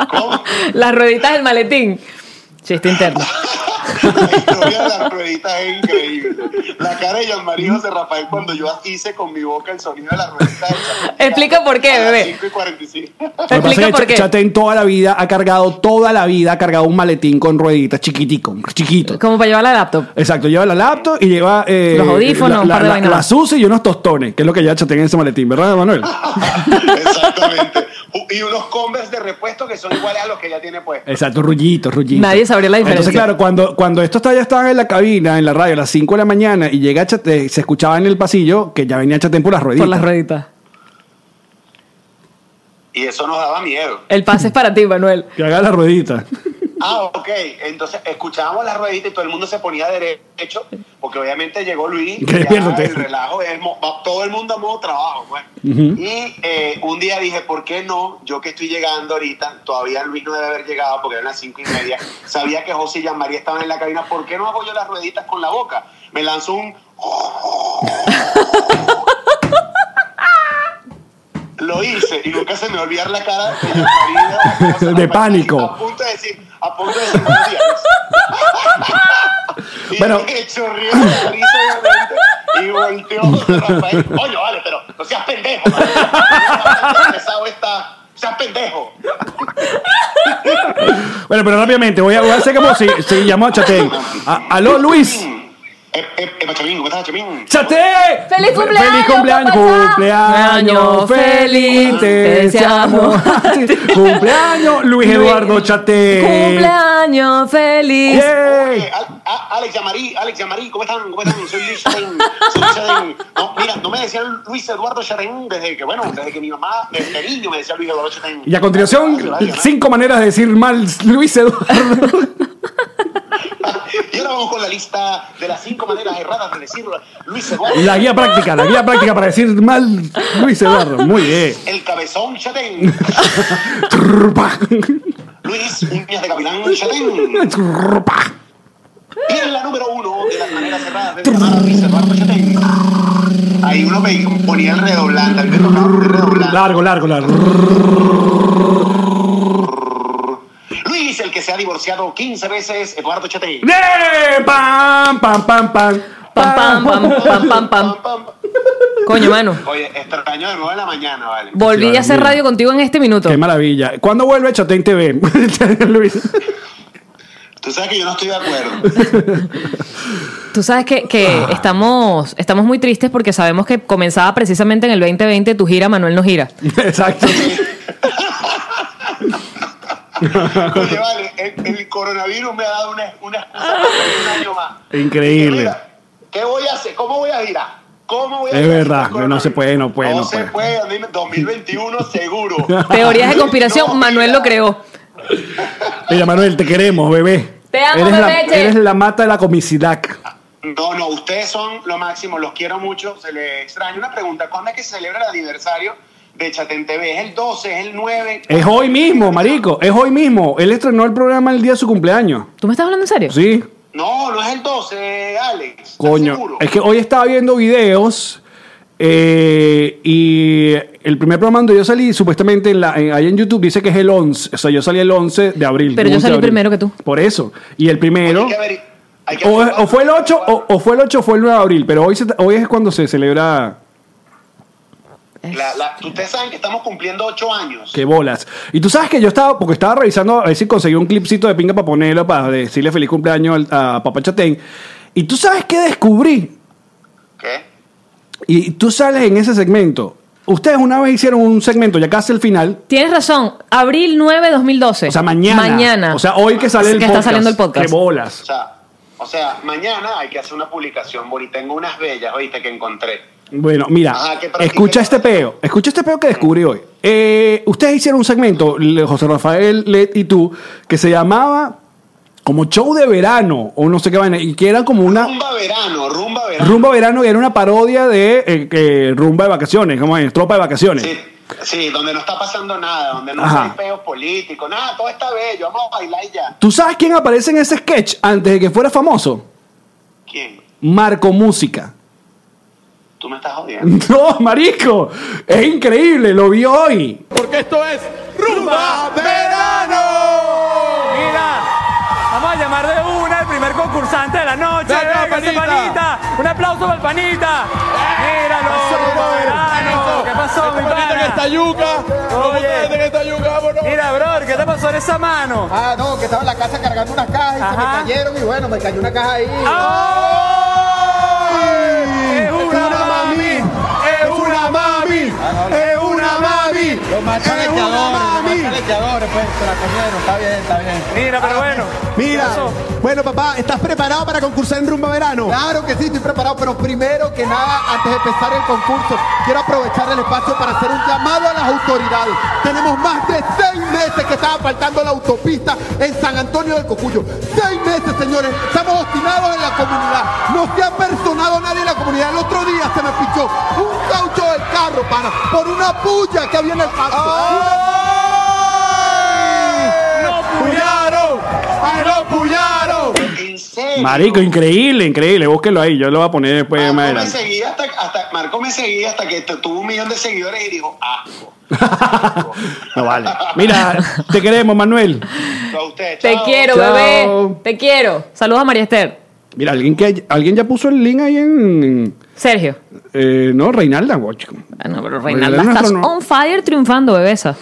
[SPEAKER 6] ¿Cómo?
[SPEAKER 1] Las rueditas del maletín. Chiste interno.
[SPEAKER 6] La historia de las rueditas es increíble. La cara de Jean-Marie José Rafael cuando yo hice con mi boca el sonido de las rueditas. de Shakira.
[SPEAKER 1] Explica por qué,
[SPEAKER 6] A las
[SPEAKER 1] bebé.
[SPEAKER 6] 5 y 45.
[SPEAKER 1] Te explico por qué.
[SPEAKER 3] Chatén toda la vida ha cargado, toda la vida ha cargado un maletín con rueditas chiquitico, chiquito.
[SPEAKER 1] Como para llevar la laptop.
[SPEAKER 3] Exacto, lleva la laptop y lleva eh,
[SPEAKER 1] Los audífonos,
[SPEAKER 3] la,
[SPEAKER 1] un
[SPEAKER 3] la,
[SPEAKER 1] par de
[SPEAKER 3] la-
[SPEAKER 1] vainas
[SPEAKER 3] la
[SPEAKER 1] más.
[SPEAKER 3] sucia y unos tostones, que es lo que ya Chatén en ese maletín, ¿verdad, Manuel?
[SPEAKER 6] Exactamente. Y unos Converse de repuesto que son iguales a los que ella tiene puestos.
[SPEAKER 3] Exacto, rullito, rullito.
[SPEAKER 1] Nadie sabría la diferencia.
[SPEAKER 3] Entonces, claro, cuando, cuando estos ya estaban en la cabina, en la radio, a las 5 de la mañana, y llega Chatén, se escuchaba en el pasillo que ya venía Chatén por las rueditas.
[SPEAKER 1] Por las rueditas.
[SPEAKER 6] Y eso nos daba miedo.
[SPEAKER 1] El pase es para ti, Manuel.
[SPEAKER 3] Que haga las rueditas.
[SPEAKER 6] Ah, ok. Entonces escuchábamos las rueditas y todo el mundo se ponía derecho, porque obviamente llegó Luis. y
[SPEAKER 3] Que despiértate.
[SPEAKER 6] El relajo es mo- va todo el mundo a modo trabajo. Pues. Y eh, un día dije, ¿por qué no? Yo que estoy llegando ahorita, todavía Luis no debe haber llegado porque eran las cinco y media. Sabía que José y Jean María estaban en la cabina. ¿Por qué no hago yo las rueditas con la boca? Me lanzó un. Lo hice y nunca se me va a olvidar la cara de Jean María.
[SPEAKER 3] De pánico.
[SPEAKER 6] A punto de decir, a punto de decir, buenos días. Y
[SPEAKER 3] Bueno.
[SPEAKER 6] me chorrió la risa obviamente, y volteó José Rafael. Oye, vale, pero no seas pendejo. man. No seas pesado esta- Seas pendejo.
[SPEAKER 3] Bueno, pero rápidamente, voy a, voy a hacer como si, si llamó a Chatén. A- aló, Luis.
[SPEAKER 6] Eh, eh, eh, Pachamín, ¿cómo estás, Pachamín?
[SPEAKER 3] ¡Chate!
[SPEAKER 1] ¡Feliz cumpleaños,
[SPEAKER 3] ¡Feliz cumpleaños!
[SPEAKER 1] papá!
[SPEAKER 3] ¡Cumpleaños feliz! ¡Te
[SPEAKER 1] Te
[SPEAKER 3] deseamos! ¡Cumpleaños, Luis Eduardo Chate!
[SPEAKER 1] Cumpleaños feliz.
[SPEAKER 6] Oye, Al- a- Alex Yamarí, Alex Yamarí, ¿cómo están? ¿Cómo están? Soy Luis Charen. Soy Charen. No, mira, no me decían Luis Eduardo Charen desde que, bueno, desde que mi mamá, desde niño me decía Luis Eduardo Charen.
[SPEAKER 3] Y a continuación,
[SPEAKER 6] Gracias, gracias.
[SPEAKER 3] cinco maneras de decir mal Luis Eduardo.
[SPEAKER 6] Y ahora vamos con la lista de las cinco maneras erradas de decir Luis Eduardo.
[SPEAKER 3] La guía práctica, la guía práctica para decir mal Luis Eduardo. Muy bien.
[SPEAKER 6] El cabezón Chatén.
[SPEAKER 3] Trupa.
[SPEAKER 6] Luis Uñas de Capitán Chatén.
[SPEAKER 3] Trupa.
[SPEAKER 6] Y en la número uno de las maneras cerradas de llamar a Luis Eduardo Chatén. Ahí uno me ponía el redoblante, a mí me tocaba un redoblante.
[SPEAKER 3] Largo, largo, largo.
[SPEAKER 6] Luis, el que se ha divorciado 15 veces, Eduardo Chatén.
[SPEAKER 3] ¡Eh! ¡Pam, pam, pam, pam!
[SPEAKER 1] Pam, pam, pam, pam, pam, pam. Coño, mano.
[SPEAKER 6] Oye, extraño de nuevo en la mañana, ¿vale?
[SPEAKER 1] Volví a hacer radio contigo en este minuto.
[SPEAKER 3] ¡Qué maravilla! ¿Cuándo vuelve Chatén TV? Luis.
[SPEAKER 6] Tú sabes que yo no estoy de acuerdo.
[SPEAKER 1] Tú sabes que, que
[SPEAKER 3] Ah.
[SPEAKER 1] estamos, estamos muy tristes porque sabemos que comenzaba precisamente en el 2020 tu gira Manuel no gira.
[SPEAKER 3] Exacto.
[SPEAKER 6] Oye, vale, el, el coronavirus me ha dado una, una excusa para hacer un año más.
[SPEAKER 3] Increíble.
[SPEAKER 6] Mira, ¿Qué voy a hacer? ¿Cómo voy a girar? ¿Cómo voy a
[SPEAKER 3] Es
[SPEAKER 6] girar
[SPEAKER 3] verdad,
[SPEAKER 6] sin coronavirus?
[SPEAKER 3] no se puede, no puede,
[SPEAKER 6] No,
[SPEAKER 3] no
[SPEAKER 6] se puede.
[SPEAKER 3] puede.
[SPEAKER 6] a mí me- 2021 seguro.
[SPEAKER 1] Teorías de conspiración,
[SPEAKER 6] No,
[SPEAKER 1] Manuel
[SPEAKER 6] mira,
[SPEAKER 1] lo creó.
[SPEAKER 3] Mira, Manuel, te queremos, bebé.
[SPEAKER 1] Te amo,
[SPEAKER 3] eres la,
[SPEAKER 1] bebeche.
[SPEAKER 3] eres la mata de la comicidad.
[SPEAKER 6] No, no, ustedes son lo máximo, los quiero mucho, se les extraña. Una pregunta, ¿cuándo es que se celebra el aniversario de Chatén TV? ¿Es el 12? ¿Es el 9?
[SPEAKER 3] Es hoy mismo, marico. Es hoy mismo. Él estrenó el programa el día de su cumpleaños.
[SPEAKER 1] ¿Tú me estás hablando en serio?
[SPEAKER 3] Sí.
[SPEAKER 6] No, no es el 12, Alex. ¿estás
[SPEAKER 3] Coño.
[SPEAKER 6] seguro?
[SPEAKER 3] Es que hoy estaba viendo videos eh, y el primer programa donde yo salí, supuestamente en la, en- ahí en YouTube, dice que es el 11. O sea, yo salí el 11 de abril.
[SPEAKER 1] Pero
[SPEAKER 3] 11
[SPEAKER 1] yo
[SPEAKER 3] de
[SPEAKER 1] salí
[SPEAKER 3] abril.
[SPEAKER 1] primero que tú.
[SPEAKER 3] Por eso. Y el
[SPEAKER 6] Hay
[SPEAKER 3] primero...
[SPEAKER 6] que averi- hay que
[SPEAKER 3] O,
[SPEAKER 6] averiguar.
[SPEAKER 3] o fue el 8 o, o fue el 8 o fue el 9 de abril, pero hoy, se- hoy es cuando se celebra...
[SPEAKER 6] La- la- ustedes saben que estamos cumpliendo 8 años.
[SPEAKER 3] Qué bolas. Y tú sabes que yo estaba, porque estaba revisando a ver si conseguí un clipcito de pinga para ponerlo, para decirle feliz cumpleaños al- a Papá Chatén. Y tú sabes que descubrí,
[SPEAKER 6] ¿Qué?
[SPEAKER 3] y tú sales en ese segmento. Ustedes una vez hicieron un segmento, ya casi el final,
[SPEAKER 1] Tienes razón. Abril 9, 2012.
[SPEAKER 3] o sea, mañana.
[SPEAKER 1] Mañana.
[SPEAKER 3] O sea, hoy que sale
[SPEAKER 1] Es
[SPEAKER 3] el
[SPEAKER 1] que está
[SPEAKER 3] podcast.
[SPEAKER 1] saliendo el podcast.
[SPEAKER 3] Qué bolas.
[SPEAKER 6] O sea, o sea, mañana hay que hacer una publicación, Bori. Tengo unas bellas, oíste, que encontré.
[SPEAKER 3] Bueno, mira,
[SPEAKER 6] Ajá, que practique.
[SPEAKER 3] escucha este peo, escucha este peo que descubrí hoy. Eh, ustedes hicieron un segmento, le- José Rafael Led y tú, que se llamaba como show de verano o no sé qué vaina, y que era como una
[SPEAKER 6] Rumba verano, rumba verano.
[SPEAKER 3] rumba verano y era una parodia de eh, eh, rumba de vacaciones, como es, tropa de vacaciones.
[SPEAKER 6] Sí, sí, donde no está pasando nada, donde no
[SPEAKER 3] Ajá.
[SPEAKER 6] hay peos políticos, nada, todo está bello, vamos a bailar y ya.
[SPEAKER 3] ¿Tú sabes quién aparece en ese sketch antes de que fuera famoso?
[SPEAKER 6] ¿Quién?
[SPEAKER 3] Marco Música.
[SPEAKER 6] Tú me estás jodiendo.
[SPEAKER 3] No, marico, es increíble, lo vi hoy.
[SPEAKER 7] porque esto es Rumba Verano.
[SPEAKER 8] Mira, vamos a llamar de una el primer concurso.
[SPEAKER 7] concursante de la noche.
[SPEAKER 8] Venga,
[SPEAKER 7] Venga, ese
[SPEAKER 8] panita.
[SPEAKER 7] panita. Un aplauso para el panita. Míralo, soberano. ¿Qué pasó, mi
[SPEAKER 8] en esta
[SPEAKER 7] pana?
[SPEAKER 8] yuca? ¿Cómo
[SPEAKER 7] Oye.
[SPEAKER 8] te meten en esta yuca? Vámonos.
[SPEAKER 7] Mira, brother, ¿qué te pasó en esa mano?
[SPEAKER 9] Ah, no, que estaba en la casa cargando unas cajas y
[SPEAKER 7] Ajá.
[SPEAKER 9] se me cayeron y bueno, me cayó una caja ahí.
[SPEAKER 7] ¡Ay! ¡Oh! Es una mami. Ah,
[SPEAKER 8] ¡Es una mami! ¡Es una mami!
[SPEAKER 9] Los más
[SPEAKER 8] ¡Es una
[SPEAKER 9] chalequeadores, los
[SPEAKER 8] mami!
[SPEAKER 9] más chalequeadores, pues, se la comieron, está bien, está bien.
[SPEAKER 7] Mira, pero bueno. ¿Qué
[SPEAKER 8] Mira,
[SPEAKER 7] pasó?
[SPEAKER 8] bueno papá, ¿estás preparado para concursar en Rumba Verano?
[SPEAKER 9] Claro que sí, estoy preparado, pero primero que nada, antes de empezar el concurso, quiero aprovechar el espacio para hacer un llamado a las autoridades. Tenemos más de seis meses que estaba faltando la autopista en San Antonio del Cocuyo. Seis meses, señores. Estamos obstinados en la comunidad. No se ha personado nadie en la comunidad. El otro día se me pichó un caucho del carro, para por una puya que había en el paso.
[SPEAKER 8] ¡Nos pullaron! ¡Ay, nos pullaron!
[SPEAKER 6] ¿En serio?
[SPEAKER 3] Marico, increíble, increíble. Búsquelo ahí. Yo lo voy a poner después
[SPEAKER 6] Marco
[SPEAKER 3] más
[SPEAKER 6] me
[SPEAKER 3] adelante.
[SPEAKER 6] seguía hasta, hasta- Marco me seguía hasta que tu- tuvo un millón de seguidores y dijo, asco.
[SPEAKER 3] No vale. Mira, te queremos, Manuel.
[SPEAKER 6] A usted,
[SPEAKER 1] Te
[SPEAKER 6] chao.
[SPEAKER 1] quiero,
[SPEAKER 3] Chao.
[SPEAKER 1] bebé. Te quiero. Saludos a María Esther.
[SPEAKER 3] Mira, alguien que alguien ya puso el link ahí en.
[SPEAKER 1] Sergio.
[SPEAKER 3] eh, no, Reinalda, guau, chico.
[SPEAKER 1] Bueno, pero
[SPEAKER 3] Reinalda
[SPEAKER 1] Reinalda, estás
[SPEAKER 3] nuestro no-
[SPEAKER 1] on fire triunfando, bebesa.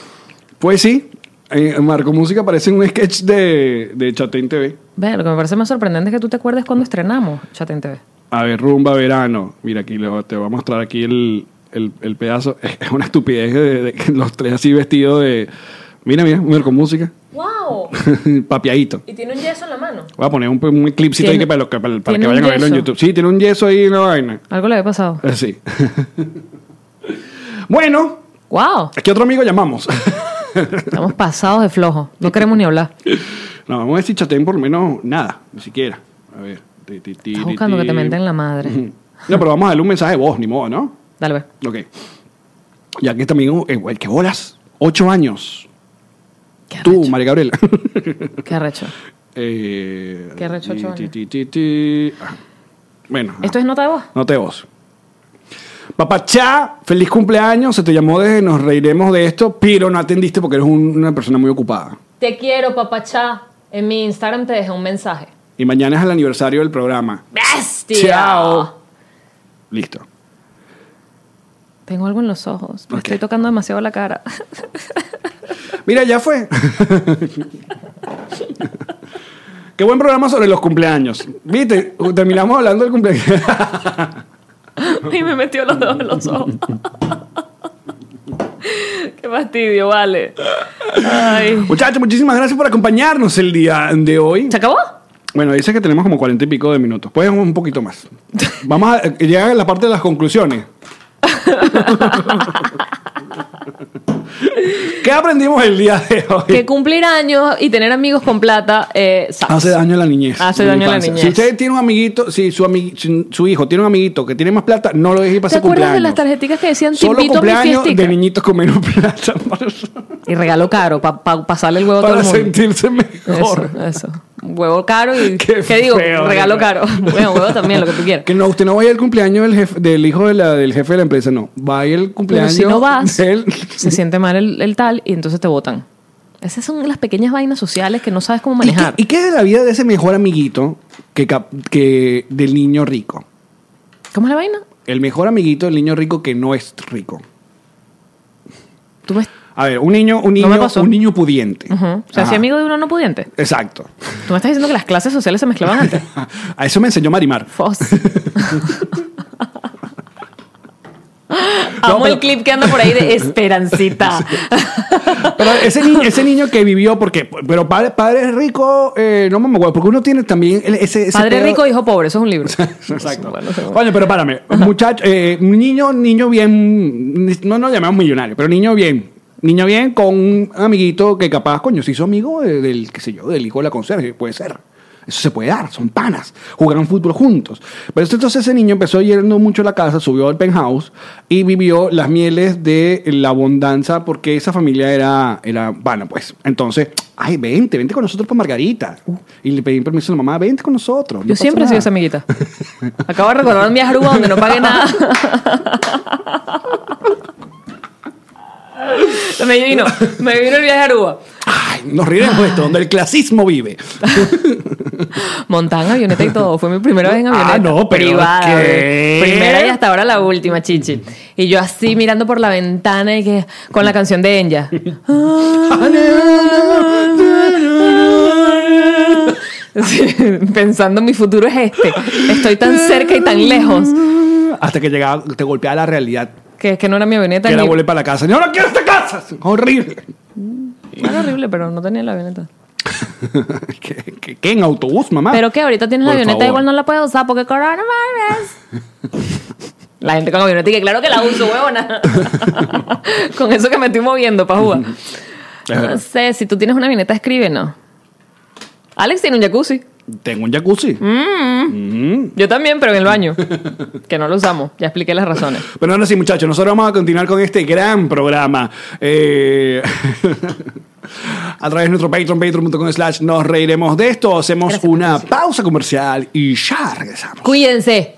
[SPEAKER 3] Pues sí, eh, Marco Música parece un sketch de, de Chatén TV.
[SPEAKER 1] Ve, lo que me parece más sorprendente es que tú te acuerdes cuando estrenamos Chat en TV.
[SPEAKER 3] A ver, rumba verano. Mira, aquí lo- te voy a mostrar aquí el, el- el pedazo. Es una estupidez de, de que los tres así vestidos de. Mira, mira, Marco Música.
[SPEAKER 1] ¡Wow!
[SPEAKER 3] Papiadito.
[SPEAKER 1] Y tiene un yeso en la mano.
[SPEAKER 3] Voy a poner un, un clipcito ahí
[SPEAKER 1] Tiene-
[SPEAKER 3] que para, los que- para- para
[SPEAKER 1] tiene
[SPEAKER 3] que vayan
[SPEAKER 1] un
[SPEAKER 3] a verlo en
[SPEAKER 1] yeso.
[SPEAKER 3] YouTube. Sí, tiene un yeso ahí en la vaina.
[SPEAKER 1] Algo le había pasado.
[SPEAKER 3] Así. bueno,
[SPEAKER 1] ¡Wow!
[SPEAKER 3] aquí otro amigo llamamos.
[SPEAKER 1] Estamos pasados de flojo. No queremos ni hablar.
[SPEAKER 3] no, vamos a decir chatén por lo menos nada, ni siquiera. A ver. Ti, ti, ti,
[SPEAKER 1] Estás
[SPEAKER 3] ti,
[SPEAKER 1] buscando que
[SPEAKER 3] ti.
[SPEAKER 1] te menten la madre.
[SPEAKER 3] No, pero vamos a darle un mensaje de voz, ni modo, ¿no?
[SPEAKER 1] Dale, pues. ve.
[SPEAKER 3] Ok. Y aquí también, eh, güey, ¿qué bolas? Ocho años.
[SPEAKER 1] Qué
[SPEAKER 3] Tú, Ah.
[SPEAKER 1] arrecho.
[SPEAKER 3] María Gabriela.
[SPEAKER 1] Qué arrecho.
[SPEAKER 3] eh,
[SPEAKER 1] Qué arrecho,
[SPEAKER 3] ti,
[SPEAKER 1] ocho años.
[SPEAKER 3] ti, ti, ti, ti. Ah, Bueno.
[SPEAKER 1] ¿Esto es nota de voz?
[SPEAKER 3] No te vos. Papachá, feliz cumpleaños. Se te llamó desde Nos Reiremos de esto, pero no atendiste porque eres un- una persona muy ocupada.
[SPEAKER 1] Te quiero, papachá. En mi Instagram te dejé un mensaje.
[SPEAKER 3] Y mañana es el aniversario del programa.
[SPEAKER 1] ¡Bestia!
[SPEAKER 3] Chao. Listo.
[SPEAKER 1] Tengo algo en los ojos. Me
[SPEAKER 3] Ok.
[SPEAKER 1] estoy tocando demasiado la cara.
[SPEAKER 3] Mira, ya fue. Qué buen programa sobre los cumpleaños. Viste, terminamos hablando del cumpleaños.
[SPEAKER 1] y me metió los dedos en los ojos. Qué fastidio, vale. Ay.
[SPEAKER 3] Muchachos, muchísimas gracias por acompañarnos el día de hoy.
[SPEAKER 1] ¿Se acabó?
[SPEAKER 3] Bueno, dice que tenemos como cuarenta y pico de minutos. Pues un poquito más. Vamos a llegar a la parte de las conclusiones. ¿Qué aprendimos el día de hoy?
[SPEAKER 1] Que cumplir años y tener amigos con plata eh, sucks.
[SPEAKER 3] Hace daño a la niñez.
[SPEAKER 1] Hace
[SPEAKER 3] la
[SPEAKER 1] daño a la
[SPEAKER 3] infancia.
[SPEAKER 1] niñez.
[SPEAKER 3] Si usted tiene un amiguito, si su, ami- si su hijo tiene un amiguito que tiene más plata, no lo deje
[SPEAKER 1] ¿Te
[SPEAKER 3] pasar cumpleaños.
[SPEAKER 1] acuerdas de las tarjeticas que decían te
[SPEAKER 3] Solo
[SPEAKER 1] invito a mi
[SPEAKER 3] cumpleaños
[SPEAKER 1] fiestica?
[SPEAKER 3] de niñitos con menos plata para,
[SPEAKER 1] Y regalo caro para pasarle el huevo a todo
[SPEAKER 3] para
[SPEAKER 1] el mundo.
[SPEAKER 3] sentirse mejor.
[SPEAKER 1] Eso, eso. Huevo caro y
[SPEAKER 3] Qué
[SPEAKER 1] qué, digo,
[SPEAKER 3] feo,
[SPEAKER 1] regalo
[SPEAKER 3] de
[SPEAKER 1] caro.
[SPEAKER 3] verdad.
[SPEAKER 1] Bueno, huevo también, lo que tú quieras.
[SPEAKER 3] Que no, usted no vaya al cumpleaños del, jefe, del hijo de la, del jefe de la empresa, no. Vaya al
[SPEAKER 1] Pero
[SPEAKER 3] cumpleaños
[SPEAKER 1] si no vas,
[SPEAKER 3] del-
[SPEAKER 1] se siente mal el, el tal y entonces te votan. Esas son las pequeñas vainas sociales que no sabes cómo
[SPEAKER 3] ¿Y qué,
[SPEAKER 1] manejar.
[SPEAKER 3] y qué es de la vida de ese mejor amiguito que, cap- que del niño rico?
[SPEAKER 1] ¿Cómo es la vaina?
[SPEAKER 3] El mejor amiguito del niño rico que no es rico.
[SPEAKER 1] Tú me...
[SPEAKER 3] A ver, un niño, un niño,
[SPEAKER 1] me pasó.
[SPEAKER 3] un niño pudiente.
[SPEAKER 1] Ujú. Se
[SPEAKER 3] Ajá.
[SPEAKER 1] hacía amigo de uno no pudiente.
[SPEAKER 3] Exacto.
[SPEAKER 1] Tú me estás diciendo que las clases sociales se mezclaban antes.
[SPEAKER 3] A eso me enseñó Marimar.
[SPEAKER 1] Fos.
[SPEAKER 3] No,
[SPEAKER 1] Amo
[SPEAKER 3] pero-
[SPEAKER 1] el clip que anda por ahí de Esperancita.
[SPEAKER 3] Pero ese, ni- ese niño que vivió, porque, pero padre, padre rico, eh, no me acuerdo, porque uno tiene también el- ese, ese
[SPEAKER 1] Padre
[SPEAKER 3] pedo-
[SPEAKER 1] rico, hijo pobre. Eso es un libro.
[SPEAKER 3] Exacto.
[SPEAKER 1] Bueno, eso-
[SPEAKER 3] Coño, pero párame. Muchacho, eh, un niño, niño bien, no nos llamamos millonario, pero niño bien. Niño bien con un amiguito que capaz, coño, se hizo amigo de- del, qué sé yo, del hijo de la conserje, puede ser. Eso se puede dar, son panas, jugaron fútbol juntos. Pero este, entonces ese niño empezó yendo mucho a la casa, subió al penthouse y vivió las mieles de la abundancia porque esa familia era, era vana, pues. Entonces, ay, vente, vente con nosotros para Margarita. Y le pedí permiso a la mamá, vente con nosotros. no
[SPEAKER 1] Uh. Yo
[SPEAKER 3] pasa
[SPEAKER 1] siempre he
[SPEAKER 3] nada".
[SPEAKER 1] sido esa amiguita. Acabo de recordar mi aruba donde no pagué nada. me vino, me vino el viaje a Aruba.
[SPEAKER 3] Ay, nos riremos de esto, donde el clasismo vive.
[SPEAKER 1] Montaban avioneta y todo. Fue mi primera vez en avioneta.
[SPEAKER 3] Ah, no, pero
[SPEAKER 1] Privada,
[SPEAKER 3] ¿qué?
[SPEAKER 1] güey. Primera y hasta ahora la última, chichi. Y yo así mirando por la ventana y que con la canción de Enya. Sí, pensando mi futuro es este. Estoy tan cerca y tan lejos
[SPEAKER 3] Hasta que llegaba, te golpeaba la realidad.
[SPEAKER 1] que es que no era mi avioneta.
[SPEAKER 3] Que era
[SPEAKER 1] ni-
[SPEAKER 3] volver para la casa. ¡Yo no quiero esta casa! Es ¡Horrible!
[SPEAKER 1] Era horrible, pero no tenía la avioneta.
[SPEAKER 3] ¿Qué, qué, qué? en autobús, mamá?
[SPEAKER 1] Pero que ahorita tienes la
[SPEAKER 3] Ah. Por
[SPEAKER 1] avioneta,
[SPEAKER 3] favor.
[SPEAKER 1] igual no la puedes usar porque coronavirus. la gente con avioneta y que claro que la uso, huevona. con eso que me estoy moviendo para jugar.
[SPEAKER 3] Es verdad.
[SPEAKER 1] No sé, si tú tienes una avioneta, escríbenos. Alex tiene un jacuzzi.
[SPEAKER 3] Tengo un jacuzzi.
[SPEAKER 1] Mm. Yo también, pero en el baño. que no lo usamos. Ya expliqué las razones.
[SPEAKER 3] Bueno, ahora sí, muchachos, nosotros vamos a continuar con este gran programa. Eh, a través de nuestro Patreon, patreon.com slash nos reiremos de esto. Hacemos una pausa comercial y ya regresamos.
[SPEAKER 1] Cuídense.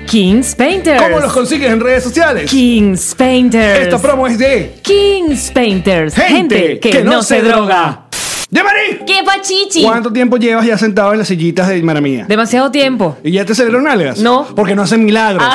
[SPEAKER 1] Kings Painters.
[SPEAKER 3] ¿Cómo los consigues en redes sociales?
[SPEAKER 1] Kings Painters.
[SPEAKER 3] Esta promo es de
[SPEAKER 1] Kings Painters.
[SPEAKER 3] gente,
[SPEAKER 1] que, no, se droga.
[SPEAKER 3] ¡Yamari!
[SPEAKER 1] ¿Qué pachichi?
[SPEAKER 3] ¿Cuánto tiempo llevas ya sentado en las sillitas de Mara Mía?
[SPEAKER 1] Demasiado tiempo.
[SPEAKER 3] ¿Y ya te salieron algas?
[SPEAKER 1] No. Ah.
[SPEAKER 3] Porque no hacen milagros.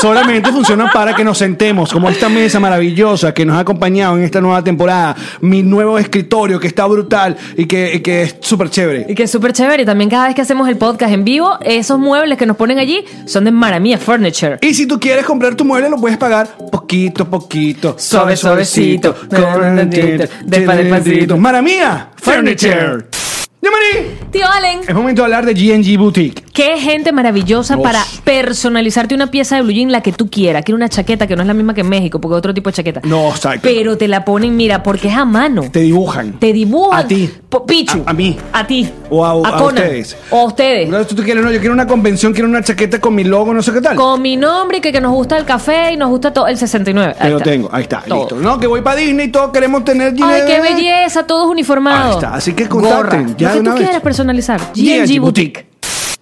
[SPEAKER 3] Solamente funcionan para que nos sentemos, como esta mesa maravillosa que nos ha acompañado en esta nueva temporada. Mi nuevo escritorio que está brutal y que, y que es súper chévere.
[SPEAKER 1] Y que es súper chévere. Y También cada vez que hacemos el podcast en vivo, esos muebles que nos ponen allí son de Maramia Furniture.
[SPEAKER 3] Y si tú quieres comprar tu mueble, lo puedes pagar poquito a poquito.
[SPEAKER 1] Suave, suavecito. Despa- despacito.
[SPEAKER 3] Mara Mía, Furniture. Yamari,
[SPEAKER 1] Tío Allen,
[SPEAKER 3] es momento de hablar de GNG Boutique.
[SPEAKER 1] qué gente maravillosa
[SPEAKER 3] Dios.
[SPEAKER 1] para personalizarte una pieza de blue jean la que tú quieras. Quiero una chaqueta que no es la misma que en México, porque es otro tipo de chaqueta.
[SPEAKER 3] No, exacto.
[SPEAKER 1] Pero te la ponen, mira, porque es a mano.
[SPEAKER 3] Te dibujan.
[SPEAKER 1] Te dibujan.
[SPEAKER 3] A ti.
[SPEAKER 1] Po- Pichu.
[SPEAKER 3] A, a mí.
[SPEAKER 1] A ti.
[SPEAKER 3] O a, a
[SPEAKER 1] Conan.
[SPEAKER 3] ustedes.
[SPEAKER 1] O a ustedes.
[SPEAKER 3] No, tú tú quieres, no, yo quiero una convención, quiero una chaqueta con mi logo, no sé qué tal.
[SPEAKER 1] Con mi nombre y que, que nos gusta el café y nos gusta todo el 69.
[SPEAKER 3] Te
[SPEAKER 1] Ahí
[SPEAKER 3] lo
[SPEAKER 1] está.
[SPEAKER 3] tengo, ahí está,
[SPEAKER 1] Todo.
[SPEAKER 3] listo. No, que voy para Disney, todos queremos tener
[SPEAKER 1] Ay,
[SPEAKER 3] dinero.
[SPEAKER 1] qué belleza, todos uniformados.
[SPEAKER 3] Ahí está, así que contacten,
[SPEAKER 1] contacten.
[SPEAKER 3] ya
[SPEAKER 1] Lo que
[SPEAKER 3] de una
[SPEAKER 1] tú
[SPEAKER 3] vez.
[SPEAKER 1] quieras personalizar.
[SPEAKER 3] GNG Boutique.
[SPEAKER 1] GNG Boutique.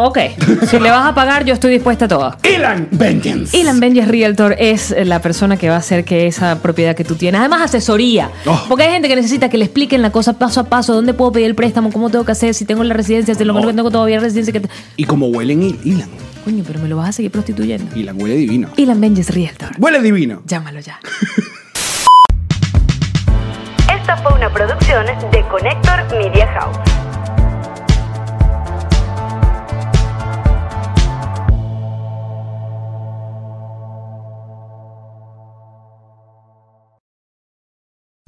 [SPEAKER 1] ok. si le vas a pagar, yo estoy dispuesta a todo.
[SPEAKER 3] Elan Vengeance.
[SPEAKER 1] Elan Benjes Realtor es la persona que va a hacer que esa propiedad que tú tienes, además asesoría,
[SPEAKER 3] Oh.
[SPEAKER 1] porque hay gente que necesita que le expliquen la cosa paso a paso, dónde puedo pedir el préstamo, cómo tengo que hacer, si tengo la residencia, si lo
[SPEAKER 3] Oh.
[SPEAKER 1] que tengo todavía residencia que te-
[SPEAKER 3] Y como huelen el- Elan.
[SPEAKER 1] Coño, pero me lo vas a seguir prostituyendo.
[SPEAKER 3] Elan huele divino.
[SPEAKER 1] Elan Benjes Realtor.
[SPEAKER 3] Huele divino.
[SPEAKER 1] Llámalo ya.
[SPEAKER 5] Esta fue una producción de Connector Media House.